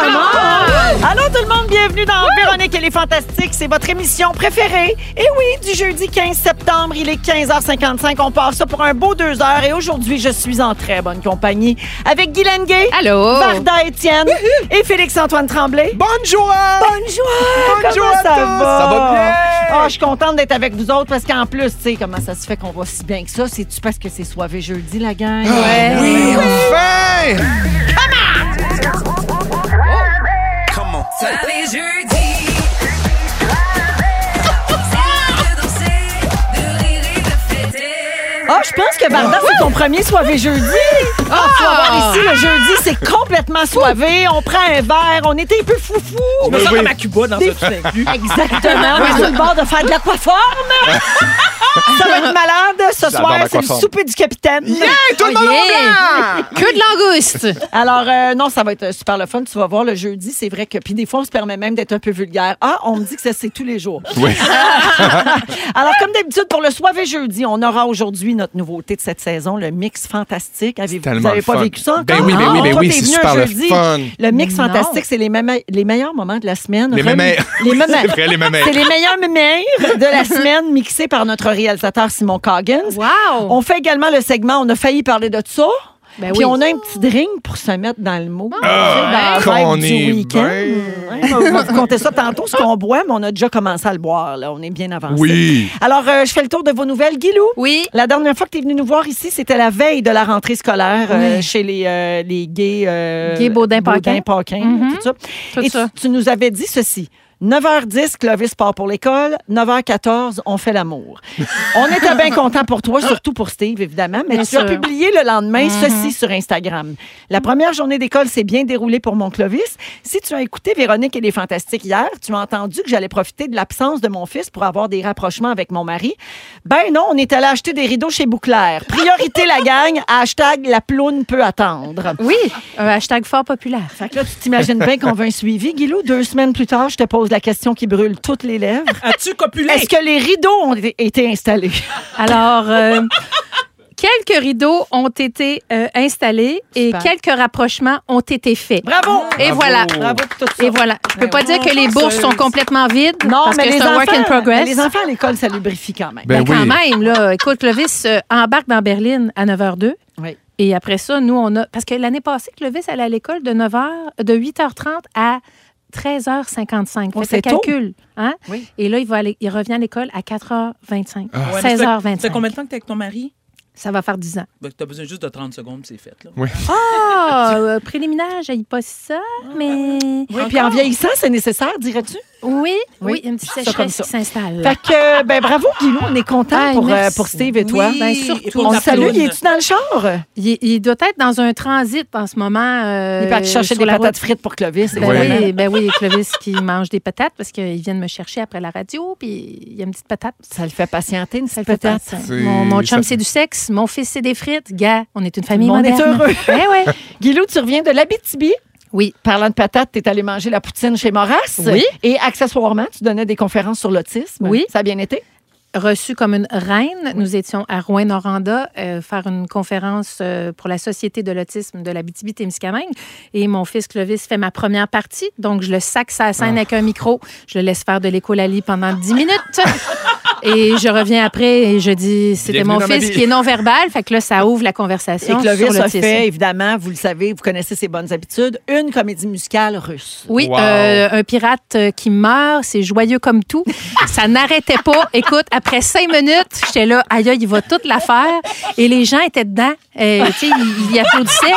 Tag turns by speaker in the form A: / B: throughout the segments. A: Allô tout le monde, bienvenue dans Véronique et les Fantastiques. C'est votre émission préférée. Et oui, du jeudi 15 septembre, il est 15h55. On part ça pour un beau deux heures. Et aujourd'hui, je suis en très bonne compagnie avec Guylaine Gay,
B: Allô?
A: Varda Étienne et Félix-Antoine Tremblay.
C: Bonjour!
A: Bonjour!
C: Bonjour
A: comment
C: à
A: ça
C: tous!
A: va?
C: Ça va bien?
A: Ah, je suis contente d'être avec vous autres parce qu'en plus, tu sais comment ça se fait qu'on va si bien que ça? C'est-tu parce que c'est soivé jeudi, la gang?
B: Ouais.
C: Oui, enfin!
A: Ah, je pense que Varda, c'est ton premier soivé jeudi. Ah, tu vas voir ici, le jeudi, c'est complètement soivé. On prend un verre, on était un peu foufou.
C: me sens comme à
A: Cuba dans Exactement. On est sur le bord de faire de l'aquaforme. Ça va être malade. Ce
C: J'adore
A: soir, c'est le
C: l'aquaforme.
A: souper du capitaine. Oh,
C: Hey, tout le monde
B: Yeah! Que de langouste!
A: Alors, euh, non, ça va être euh, super le fun. Tu vas voir le jeudi, c'est vrai que. Puis des fois, on se permet même d'être un peu vulgaire. Ah, on me dit que ça, c'est tous les jours.
C: Oui.
A: Alors, comme d'habitude, pour le soirée jeudi, on aura aujourd'hui notre nouveauté de cette saison, le mix fantastique. Avez, vous
C: tellement
A: n'avez
C: le
A: pas
C: fun.
A: vécu ça encore?
C: Ben oui, ben oui, ben
A: Toi,
C: oui,
A: t'es
C: c'est
A: venu un
C: super le
A: jeudi.
C: fun.
A: Le mix
B: Non.
A: fantastique, c'est les, méme- les meilleurs moments de la semaine.
C: Les
A: Rem-
C: mémères.
A: Les mémères.
C: C'est vrai, les mémères.
A: C'est les meilleurs mémères de la semaine mixés par notre réalisateur Simon Coggins.
B: Wow!
A: On fait également le segment On a failli parler de ça.
B: Ben
A: Puis
B: oui.
A: on a un petit drink pour se mettre dans le mot.
C: Ah,
A: Tu sais, dans la
C: qu'on
A: vibe
C: est
A: du week-end.
C: bien.
A: Ouais, on va vous compter ça tantôt, ce qu'on boit, mais on a déjà commencé à le boire. Là. On est bien avancé.
C: Oui.
A: Alors, euh, je fais le tour de vos nouvelles. Guilou,
B: Oui.
A: la dernière fois que tu es venu nous voir ici, c'était la veille de la rentrée scolaire euh,
B: Oui.
A: chez les, euh, les gays... euh,
B: Gays Baudin-Paquin.
A: Baudin-Paquin,
B: Mhm.
A: tout ça.
B: Tout
A: Et
B: ça.
A: Tu, tu nous avais dit ceci. 9h10, Clovis part pour l'école. 9h14, on fait l'amour. On était bien contents pour toi, surtout pour Steve, évidemment. Mais
B: Bien
A: tu as
B: sûr.
A: publié le lendemain ceci sur Instagram. La première journée d'école s'est bien déroulée pour mon Clovis. Si tu as écouté Véronique et les Fantastiques hier, tu as entendu que j'allais profiter de l'absence de mon fils pour avoir des rapprochements avec mon mari. Ben non, on est allé acheter des rideaux chez Bouclair. Priorité la gang, hashtag la ploune peut attendre.
B: Oui, un hashtag fort populaire.
A: Fait que là, tu t'imagines bien qu'on veut un suivi. Guilou, deux semaines plus tard, je te pose la question qui brûle toutes les lèvres.
D: As-tu copulé?
A: Est-ce que les rideaux ont été installés?
B: Alors, euh, quelques rideaux ont été euh, installés et
A: Super.
B: quelques rapprochements ont été faits.
A: Bravo!
B: Et voilà.
A: Bravo pour tout ça.
B: Et voilà. Je peux
A: Ben
B: pas
A: oui.
B: dire que les bourses sont complètement vides
A: Non,
B: parce
A: mais
B: que
A: les
B: c'est
A: enfants,
B: un work in
A: mais
B: progress.
A: les enfants à l'école, ça lubrifie quand même.
C: Ben
B: Ben, quand
C: oui.
B: même, là, écoute, Clovis euh, embarque dans Berlin à 9h02.
A: Oui.
B: Et après ça, nous, on a. Parce que l'année passée, Clovis allait à l'école de 9h, de 8h30 à 13h55.
A: Oh,
B: Faites
A: c'est
B: le
A: tôt.
B: calcul. Hein?
A: Oui.
B: Et là, il, va aller- il revient à l'école à 4h25.
D: Ah. Ouais, mais ça- Ça fait
B: 16h25.
D: combien de temps que t'es avec ton mari?
B: Ça va faire 10 ans.
D: Ben, T'as besoin juste de 30 secondes, c'est fait. Là.
B: Ah, euh, préliminage, j'aille pas ça, mais.
A: Oui, puis en vieillissant, c'est nécessaire, dirais-tu?
B: Oui,
A: Oui.
B: oui, il y a une petite
A: Ça, comme
B: sécheresse
A: ça.
B: qui s'installe.
A: Fait que, euh, ben bravo, Guilou, on est content
B: Hey,
A: pour, euh,
B: merci.
A: pour Steve et toi.
D: Oui,
B: ben, surtout,
D: et pour
A: On
D: la
A: le salue,
D: ploune.
A: il est-tu dans le char?
B: Il, il doit être dans un transit en ce moment. euh,
A: il va te chercher
B: sur
A: des
B: la route.
A: patates frites pour Clovis.
B: Ben
A: évidemment.
B: oui, ben oui, Clovis qui mange des patates parce qu'il vient de me chercher après la radio, puis il y a une petite patate.
A: Ça le fait patienter, une petite
B: le fait
A: patate.
B: penser.
C: C'est-
B: Mon, mon chum,
C: ça-
B: c'est du sexe. Mon fils, c'est des frites. Gars, on est une famille
A: Tout le monde est
B: moderne.
A: heureux.
B: Eh ouais.
A: Guilou, tu reviens de l'Abitibi.
B: Oui.
A: Parlant de patates, tu es allé manger la poutine chez Maurras.
B: Oui.
A: Et accessoirement, tu donnais des conférences sur l'autisme.
B: Oui.
A: Ça a bien été?
B: Reçu comme une reine, nous étions à Rouen-Noranda euh, faire une conférence euh, pour la Société de l'autisme de la BTB-Témiscamingue. Et mon fils Clovis fait ma première partie, donc je le sac sa scène avec un micro. Je le laisse faire de l'écolalie pendant 10 minutes. Et je reviens après et je dis, c'était
C: Bienvenue
B: mon
C: dans ma
B: fils
C: vie.
B: qui est non-verbal. Fait que là, ça ouvre la
A: Et
B: conversation sur
A: Clovis a
B: l'autisme.
A: fait, évidemment, vous le savez, vous connaissez ses bonnes habitudes, une comédie musicale russe.
B: Oui,
C: Wow.
B: euh, un pirate euh, qui meurt, c'est joyeux comme tout. Ça n'arrêtait pas. Écoute, après cinq minutes, j'étais là, aïe, aïe, il va toute la faire. Et les gens étaient dedans Euh, tu sais, il, il applaudissait.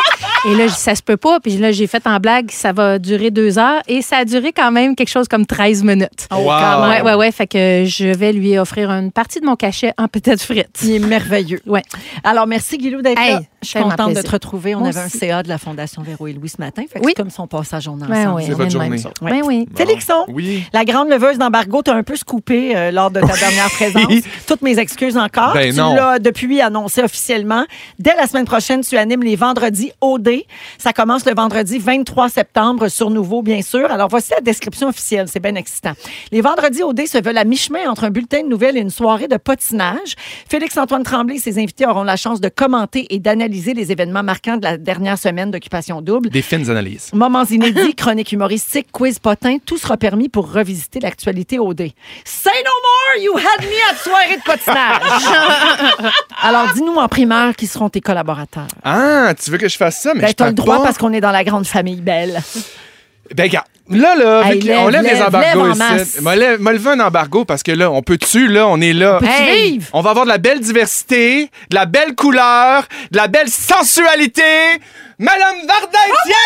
B: Et là, je dis, ça se peut pas. Puis là, j'ai fait en blague, ça va durer deux heures. Et ça a duré quand même quelque chose comme 13 minutes.
C: Oh, Wow. quand
B: Ouais, ouais, ouais. Fait que je vais lui offrir une partie de mon cachet en petites frites.
A: Il est merveilleux.
B: Ouais.
A: Alors, merci Guilou d'être
B: Hey,
A: là. Je suis
B: tellement
A: contente de
B: plaisir.
A: te retrouver. On
B: Moi
A: avait un
B: aussi.
A: CA de la Fondation Véro et Louis ce matin. Fait que
B: Oui.
A: c'est comme son passage, on est
B: Ouais,
A: ensemble.
B: ouais,
C: C'est
B: on
C: votre
B: est de même.
C: journée.
B: Ouais. Ben oui.
C: Bon.
A: Félixon.
C: Oui.
A: La grande leveuse d'embargo t'a un peu scoopé euh, lors de ta dernière présence. Toutes mes excuses encore.
C: Ben
A: tu
C: non.
A: l'as depuis annoncé officiellement. Dès la semaine prochaine, tu animes les vendredis OD. Ça commence le vendredi 23 septembre sur Nouveau, bien sûr. Alors voici la description officielle. C'est bien excitant. Les vendredis OD se veulent à mi-chemin entre un bulletin de nouvelles et une soirée de patinage. Félix-Antoine Tremblay et ses invités auront la chance de commenter et d'analyser les événements marquants de la dernière semaine d'Occupation Double.
C: Des fines analyses.
A: Moments inédits, chroniques humoristiques, quiz potin, tout sera permis pour revisiter l'actualité OD. Say no more, you had me à soirée de patinage. Alors, dis-nous en primeur qui seront tes collaborateurs.
C: Ah, tu veux que je fasse ça? Mais
A: Ben,
C: je
A: t'as
C: parle
A: le droit
C: pas.
A: parce qu'on est dans la grande famille belle.
C: Ben, regarde. Là, là,
A: Hey,
C: avec les- on
A: lève,
C: lève, les
A: lève,
C: embargos
A: lève en masse.
C: ici. M'a lève- m'a levé un embargo parce que là, on peut-tu, là, on est là.
A: Peux-tu
B: Hey!
A: vivre?
C: On va avoir de la belle diversité, de la belle couleur, de la belle sensualité. Madame
A: Oh
C: Vardaïtienne!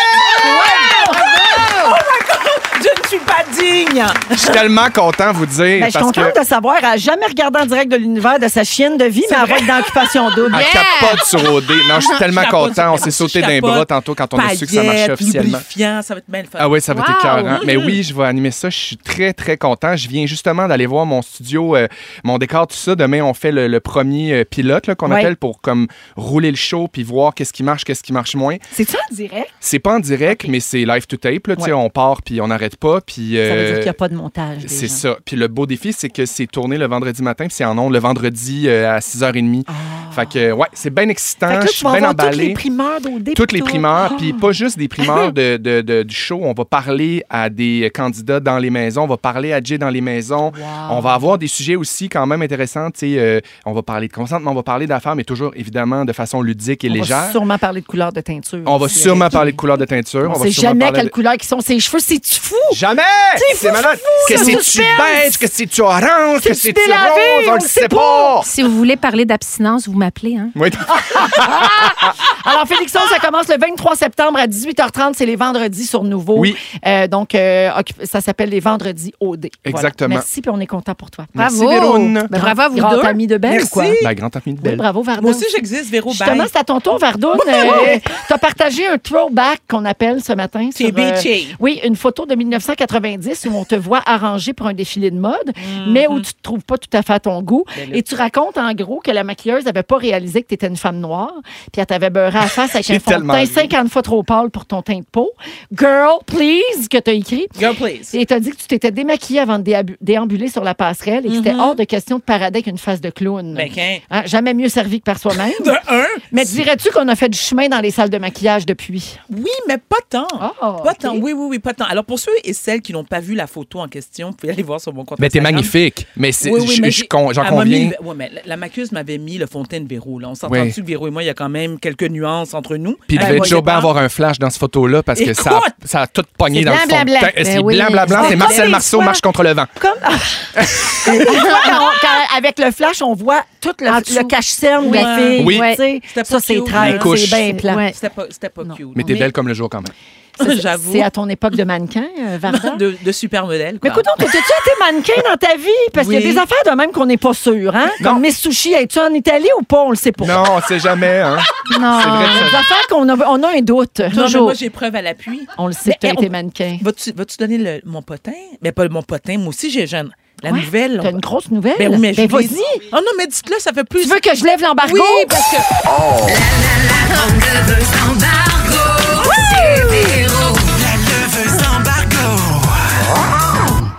A: Je ne suis pas digne.
C: Je suis tellement content de vous dire.
A: Ben, je suis
C: parce
A: contente
C: que
A: de savoir, elle a jamais regardé en direct de l'univers de sa chienne de vie, mais elle va être dans Occupation double.
C: Elle capote sur OD. Non, je suis tellement
D: Capote,
C: content. On s'est
D: capote,
C: sauté d'un
D: capote.
C: bras tantôt quand on a su que ça marchait
D: Paillettes,
C: officiellement.
D: lubrifiant, ça va être bien le fun.
C: Ah oui, ça va être
B: Wow!
C: écœurant. Mais oui, je vais animer ça. Je suis très, très content. Je viens justement d'aller voir mon studio, euh, mon décor, tout ça. Demain, on fait le, le premier euh, pilote là, qu'on
A: Ouais.
C: appelle pour comme rouler le show puis voir qu'est-ce qui marche, qu'est-ce qui marche moins.
A: C'est-tu en direct?
C: C'est pas en direct, mais c'est live to tape. Là, tu sais,
A: Ouais.
C: On part puis on n'arrête pas. Puis,
A: Ça veut dire
C: euh,
A: qu'il n'y a pas de montage.
C: c'est
A: déjà.
C: ça. Puis le beau défi, c'est que c'est tourné le vendredi matin, puis c'est en ondes le vendredi euh, à 6h30. Fait que, ouais, c'est bien excitant.
A: Ah. Fait que là,
C: je
A: tu
C: suis
A: vas
C: bien
A: avoir toutes
C: emballé
A: les primeurs d'OD.
C: toutes les
A: plutôt.
C: primeurs, puis
A: Ah.
C: pas juste des primeurs de, de- de- du show. On va parler à des candidats dans les maisons, on va parler à Jay dans les maisons. On va avoir des sujets aussi quand même intéressants. tu sais, euh, on va parler de consentement, on va parler d'affaires, mais toujours évidemment de façon ludique et
A: On
C: légère.
A: va sûrement parler de couleur de teinture.
C: on va
A: aussi.
C: sûrement parler de couleur de teinture.
A: On
C: va
A: sait
C: sûrement
A: jamais
C: parler
A: quelle
C: de-
A: couleur qui sont ses cheveux. C'est-tu fou?
C: Jamais!
A: C'est fou,
C: malade!
A: fou, fou,
C: Que
A: le
C: c'est-tu
A: suspense!
C: beige? Que c'est-tu orange? Que
A: C'est-tu
C: c'est-tu
A: délavé?
C: rose?
A: On le
C: On le
A: sait
C: sait
A: pas.
C: pas!
B: Si vous voulez parler d'abstinence, vous m'appelez. Hein?
C: Oui.
A: Alors, Félixon, ça commence le 23 septembre à 18h30. C'est les vendredis sur Nouveau.
C: Oui.
A: Euh, donc, euh, occu- ça s'appelle les vendredis OD. Voilà.
C: Exactement.
A: Merci, puis on est content pour toi.
C: Merci,
B: Bravo!
C: Véroune.
B: Ben, bravo à vous
A: Grand
B: deux.
A: ami de Belle,
D: Merci.
A: quoi. Oui,
C: La grande amie de Belle.
A: bravo, Vardoune.
D: Moi aussi, j'existe, Véro
A: Justement,
D: Bail.
A: c'est à ton tour, Vardoune. Euh, T'as partagé un throwback qu'on appelle ce matin. sur, euh,
D: TBJ.
A: oui, une photo de 1990 où on te voit arrangé pour un défilé de mode, mais où tu te trouves pas tout à fait à ton goût.
D: Mhm. Ben là.
A: Et tu racontes, en gros, que la maquilleuse n'avait pas réalisé que tu étais une femme noire, puis elle t'avait beurré à la face avec
C: J'ai
A: un fond de
C: tellement
A: teint
C: ri.
A: 50 fois trop pâle pour ton teint de peau. Girl, please, que t'as écrit.
D: Girl, please.
A: Et t'as dit que tu t'étais démaquillée avant de déabu- déambuler sur la passerelle et que c'était hors de question de parader avec une face de clown.
D: Mhm. Ben, qu'un.
A: Hein, jamais mieux servi que par soi-même.
D: De un,
A: Mais dirais-tu qu'on a fait du chemin dans les salles de maquillage depuis?
D: oui, mais pas tant.
A: Ah,
D: pas
A: ok.
D: tant, oui, oui, oui, pas tant. Alors, pour ceux et celles qui n'ont pas vu la photo en question, vous pouvez aller voir sur mon compte
C: Mais t'es
D: Instagram.
C: magnifique. Mais c'est-
D: Oui, oui,
C: je-
D: mais
C: je-
D: j'ai-
C: con- j'en
D: elle m'a mis
C: conviens.
D: le- ouais, mais la, la maquilleuse m'avait mis le fontaine Véro. Là. On s'entend
C: Ouais.
D: dessus que Véro et moi, il y a quand même quelques nuances entre nous.
C: Puis il
D: Elle
C: devait
D: voyait
C: toujours bien
D: ben, pas.
C: avoir un flash dans cette photo-là parce que ça
D: Écoute!
C: a, ça a tout pogné
A: C'est
C: dans le fond.
A: blanc, blanc,
C: Putain,
B: Ben
C: C'est
B: oui.
C: blanc, blanc, blanc.
B: C'est
C: C'est
A: comme
C: Marcel
A: les
C: Marceau
A: fois-
C: marche contre le vent.
A: Comme. Quand- quand- avec le flash, on voit tout le,
B: En dessous.
A: le cache-cerne de la
B: Ouais.
A: fille.
C: Oui.
A: tu sais.
D: C'était pas
A: Ça, c'est
D: cute,
A: très,
D: les
C: couches.
A: c'est bien plat.
B: Ouais.
D: C'était pas, c'était pas
A: Non.
D: cute.
C: Mais t'es
A: Mais-
C: belle comme le jour quand même.
A: Ça, c'est-
D: J'avoue.
A: C'est à ton époque de mannequin, euh, Varda?
D: De, de supermodèle.
A: Mais
D: quoi.
A: écoute, t'as-tu été mannequin dans ta vie? Parce qu'il y a
D: Oui.
A: des affaires de même qu'on n'est pas sûr, hein?
C: Non.
A: Comme Miss Sushi, es-tu en Italie ou pas? On le sait pas.
C: Non, on sait jamais. Hein.
B: Non.
C: C'est vrai que
A: Des
C: ça-
A: affaires qu'on a, on a un doute.
D: Non, mais
A: Toujours.
D: moi, j'ai preuve à l'appui.
A: On le sait que
D: Mais,
A: t'as
D: eh,
A: été
D: on-
A: mannequin.
D: Vas-tu vas-tu donner le- mon potin? Mais pas mon potin, moi aussi, j'ai jeune. La nouvelle.
A: T'as
D: on-
A: une grosse nouvelle?
D: Ben oui, mais je l'ai
A: vas-y.
D: dit. Oh non, mais dites-le, ça fait plus.
A: Tu veux que je lève l'embargo?
D: Oui, parce que.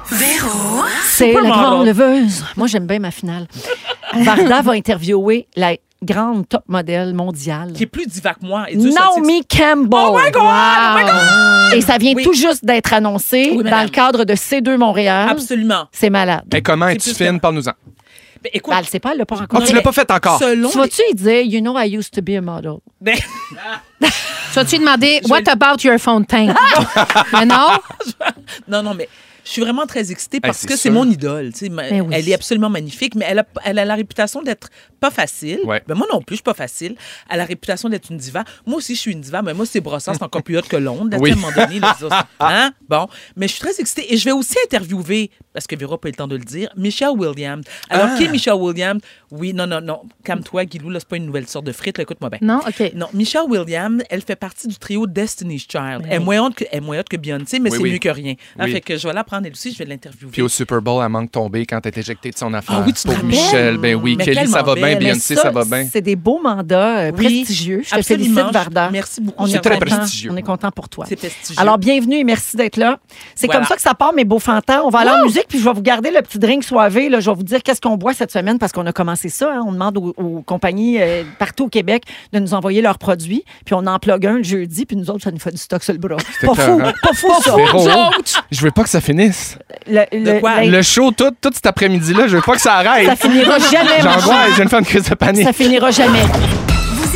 A: C'est la
D: Superman.
A: grande leveuse. Moi, j'aime bien ma finale. Varda va interviewer la grande top modèle mondiale.
D: Qui est plus diva que moi. Et Dieu sait si-
A: Naomi Campbell.
D: Oh my God! Oh my God!
A: Et ça vient
D: Oui.
A: tout juste d'être annoncé
D: Oui,
A: dans
D: madame.
A: le cadre de C2 Montréal.
D: Absolument.
A: C'est malade.
C: Hey, comment
D: C'est
C: es-tu
D: plus
C: fine?
D: que-
C: Parle-nous-en.
D: Ben,
A: Ben,
D: écoute,
A: elle sait pas, elle l'a pas
C: Oh,
A: rencontré.
C: tu l'as pas fait encore.
D: selon.
A: Tu vas-tu y dire, you know, I used to be a model?
D: Ben,
B: Tu vas-tu demander What about your phone tank? Mais non?
D: non, non, mais Je suis vraiment très excitée parce
C: c'est
D: que c'est
C: sûr.
D: mon idole. tu sais, ma-
B: Ben oui.
D: Elle est absolument magnifique, mais elle a, elle a la réputation d'être pas facile.
C: Ouais.
D: Ben moi non plus, je suis pas facile. Elle a la réputation d'être une diva. Moi aussi, je suis une diva, mais moi, c'est brossant, c'est encore plus haute que Londres.
C: Oui.
D: À un moment donné, là, c'est ça. Hein? Bon. Mais je suis très excitée. Et je vais aussi interviewer, parce que Véro n'a pas eu le temps de le dire, Michelle Williams. Alors,
C: Ah.
D: qui est Michelle Williams? Oui, non, non, non. Calme-toi, Guilou, là, c'est pas une nouvelle sorte de frite. là, Écoute-moi bien.
B: Non? OK.
D: Eh, Non, Michelle Williams, elle fait partie du trio Destiny's Child. Elle est moins haute que, elle est moins haute que Beyoncé, mais
C: Oui,
D: c'est
C: oui.
D: mieux que rien. Ah,
C: Oui.
D: Fait que je vais la prendre elle aussi, je vais l'interviewer.
C: Puis au Super Bowl, elle manque tombée quand elle est éjectée de son affaire.
D: Ah oui, tu te
C: Pauvre
D: rappelles?
C: Michelle, ben oui.
D: Mais
C: Kelly, ça
D: tellement
C: va bien.
D: belle. Mais
C: Beyoncé,
A: Ça,
C: ça va bien.
A: C'est des beaux mandats euh,
D: Oui,
A: prestigieux. Je te
D: absolument.
A: félicite, Varda.
D: Merci beaucoup,
A: On
D: c'est
A: est
C: très
A: content.
C: prestigieux.
A: On est content pour toi.
D: C'est prestigieux.
A: Alors, bienvenue et merci d'être là. C'est
D: Voilà.
A: comme ça que ça part, mes beaux fantans. On va aller en musique, puis je vais vous garder le petit drink soivé. Là. Je vais vous dire qu'est-ce qu'on boit cette semaine parce qu'on a commencé ça. hein. On demande aux, aux compagnies euh, partout au Québec de nous envoyer leurs produits, puis on en plug un le jeudi, puis nous autres, ça nous fait du stock sur le bras. Pas fou,
C: écœurant.
A: pas fou, ça.
C: Véro, je veux pas que ça finisse.
A: Le- le-
D: De quoi?
A: la-
C: Le show tout, tout cet après-midi-là, je veux pas que ça
A: ça
C: arrête.
A: finira jamais, mon cher.
C: J'angoisse, je viens de faire une crise de panique.
A: Ça finira jamais.
E: Vous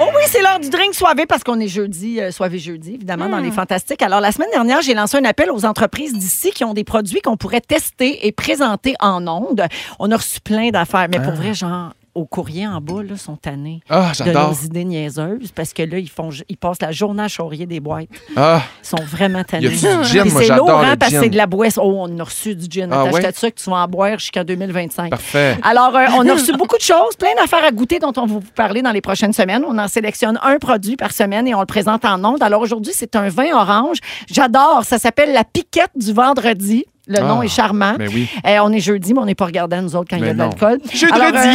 A: Oh oui, c'est l'heure du drink soivé parce qu'on est jeudi, euh, soivé jeudi, évidemment,
C: Hmm.
A: dans les fantastiques. Alors, la semaine dernière, j'ai lancé un appel aux entreprises d'ici qui ont des produits qu'on pourrait tester et présenter en ondes. On a reçu plein d'affaires, mais pour vrai, genre. Au courrier en bas, là, sont tannés
C: Ah,
A: de
C: j'adore.
A: nos idées niaiseuses parce que là, ils, font, ju- ils passent la journée à charrier des boîtes.
C: Ah,
A: Ils sont vraiment tannés.
C: Y a-tu du gin?
A: Puis
C: Moi,
A: c'est
C: j'adore
A: lourd,
C: le
A: hein, parce que
C: gin.
A: c'est de la boisse. Oh, on a reçu du gin.
C: Ah
A: T'achètes
C: ouais?
A: ça que tu vas en boire jusqu'en 2025.
C: parfait.
A: Alors, euh, on a reçu beaucoup de choses, plein d'affaires à goûter dont on va vous parler dans les prochaines semaines. On en sélectionne un produit par semaine et on le présente en ondes. Alors aujourd'hui, c'est un vin orange. J'adore. Ça s'appelle la piquette du vendredi. Le
C: Ah,
A: nom est charmant.
C: ben oui.
A: Euh, on est jeudi, mais on n'est pas regardant nous autres quand il y a de
C: Ben non.
A: l'alcool. Alors, euh,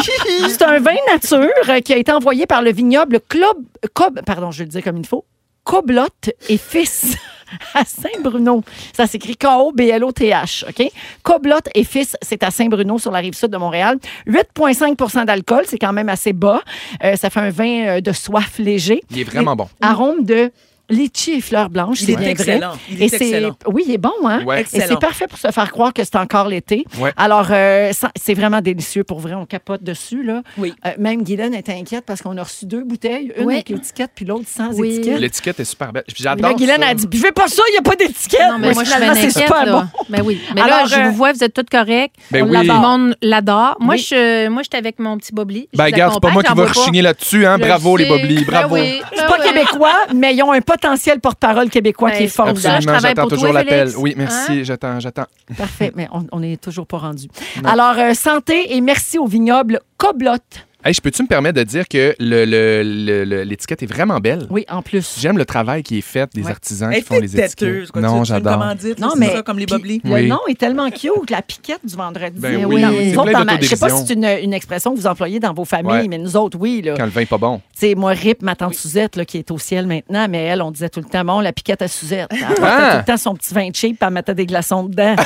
A: c'est un vin nature euh, qui a été envoyé par le vignoble Club, Cob- pardon, je vais le dire comme il faut, Coblotte et Fils à Saint-Bruno. Ça s'écrit K-O-B-L-O-T-H, OK? Coblotte et Fils, c'est à Saint-Bruno, sur la rive sud de Montréal. 8,5 d'alcool, c'est quand même assez bas. Euh, ça fait un vin euh, de soif léger.
C: Il est vraiment bon.
A: Mm. Arôme de litchi et fleurs blanches,
D: Il
A: c'est
D: est
A: bien vrai.
D: excellent. Il est
A: Et c'est-
D: excellent.
A: Oui, il est bon, hein?
C: Ouais.
A: Et c'est
D: Excellent.
A: parfait pour se faire croire que c'est encore l'été.
C: Ouais.
A: Alors, euh, ça- c'est vraiment délicieux. Pour vrai, on capote dessus. Là.
D: Oui.
A: Euh, même Guylaine est inquiète parce qu'on a reçu deux bouteilles, une
B: Oui.
A: avec l'étiquette puis l'autre sans
B: Oui.
A: étiquette.
C: L'étiquette est super belle. Puis
A: Puis Là,
C: J'adore.
A: Guylaine
D: euh,
C: ça.
A: a dit Buvez pas ça, il n'y a pas d'étiquette.
B: Non, mais moi, je suis
A: Finalement,
B: bien
A: c'est
B: inquiète.
A: super
B: là.
A: bon.
B: Ben oui. Mais là,
A: Alors,
B: je
A: euh,
B: vous vois, vous êtes toutes correctes.
C: Ben
B: On
C: oui.
B: l'adore. Le monde l'adore. Moi,
A: Oui.
B: je, moi, j'étais avec mon petit bobli. Je
C: Ben,
B: vous
C: regarde, c'est pas
B: accompagne,
C: moi qui
B: j'en
C: vais
B: bois pas.
C: rechigner là-dessus, hein.
B: Je le
C: bravo, les
B: sais.
C: Bobli, bravo.
B: Ben oui,
A: C'est
B: ben
A: pas
B: oui.
A: québécois, mais ils ont un potentiel porte-parole québécois
B: Ben,
A: qui est formidable.
C: Absolument,
B: travaille
C: j'attends
B: pour
C: toujours
B: toi,
C: l'appel.
B: Félix.
C: Oui, merci, j'attends, j'attends.
A: Parfait, mais on n'est toujours pas rendu. Alors, euh, santé et merci au vignoble Coblotte.
C: Hey, je peux-tu me permettre de dire que le- le- le- le- l'étiquette est vraiment belle?
A: Oui, en plus.
C: J'aime le travail qui est fait des
A: Ouais.
C: artisans
D: Elle
C: Hein, qui font
D: fait
C: les
D: têteuse,
C: étiquettes.
D: quoi.
C: non,
D: Tu- tu veux une
C: j'adore.
D: commandite,
A: Non,
D: c'est
A: mais
D: ça, comme les
A: puis
D: boblis.
A: Le
C: Oui.
A: nom est tellement cute, la piquette du vendredi.
C: Ben
A: Mais
C: oui,
A: dans-
C: c'est
A: nous
C: plein
A: autres, dans ma- je sais pas si
C: d'autodérision.
A: c'est une, une expression que vous employez dans vos familles,
C: Ouais.
A: mais nous autres, oui. Là.
C: Quand le vin est pas bon.
A: Tu sais, moi, Rip, ma tante Suzette, là, qui est au ciel maintenant, mais elle, on disait tout le temps, bon, la piquette à Suzette. Elle portait
C: Ah!
A: tout le temps son petit vin cheap, puis elle mettait des glaçons dedans.
B: Ah, ben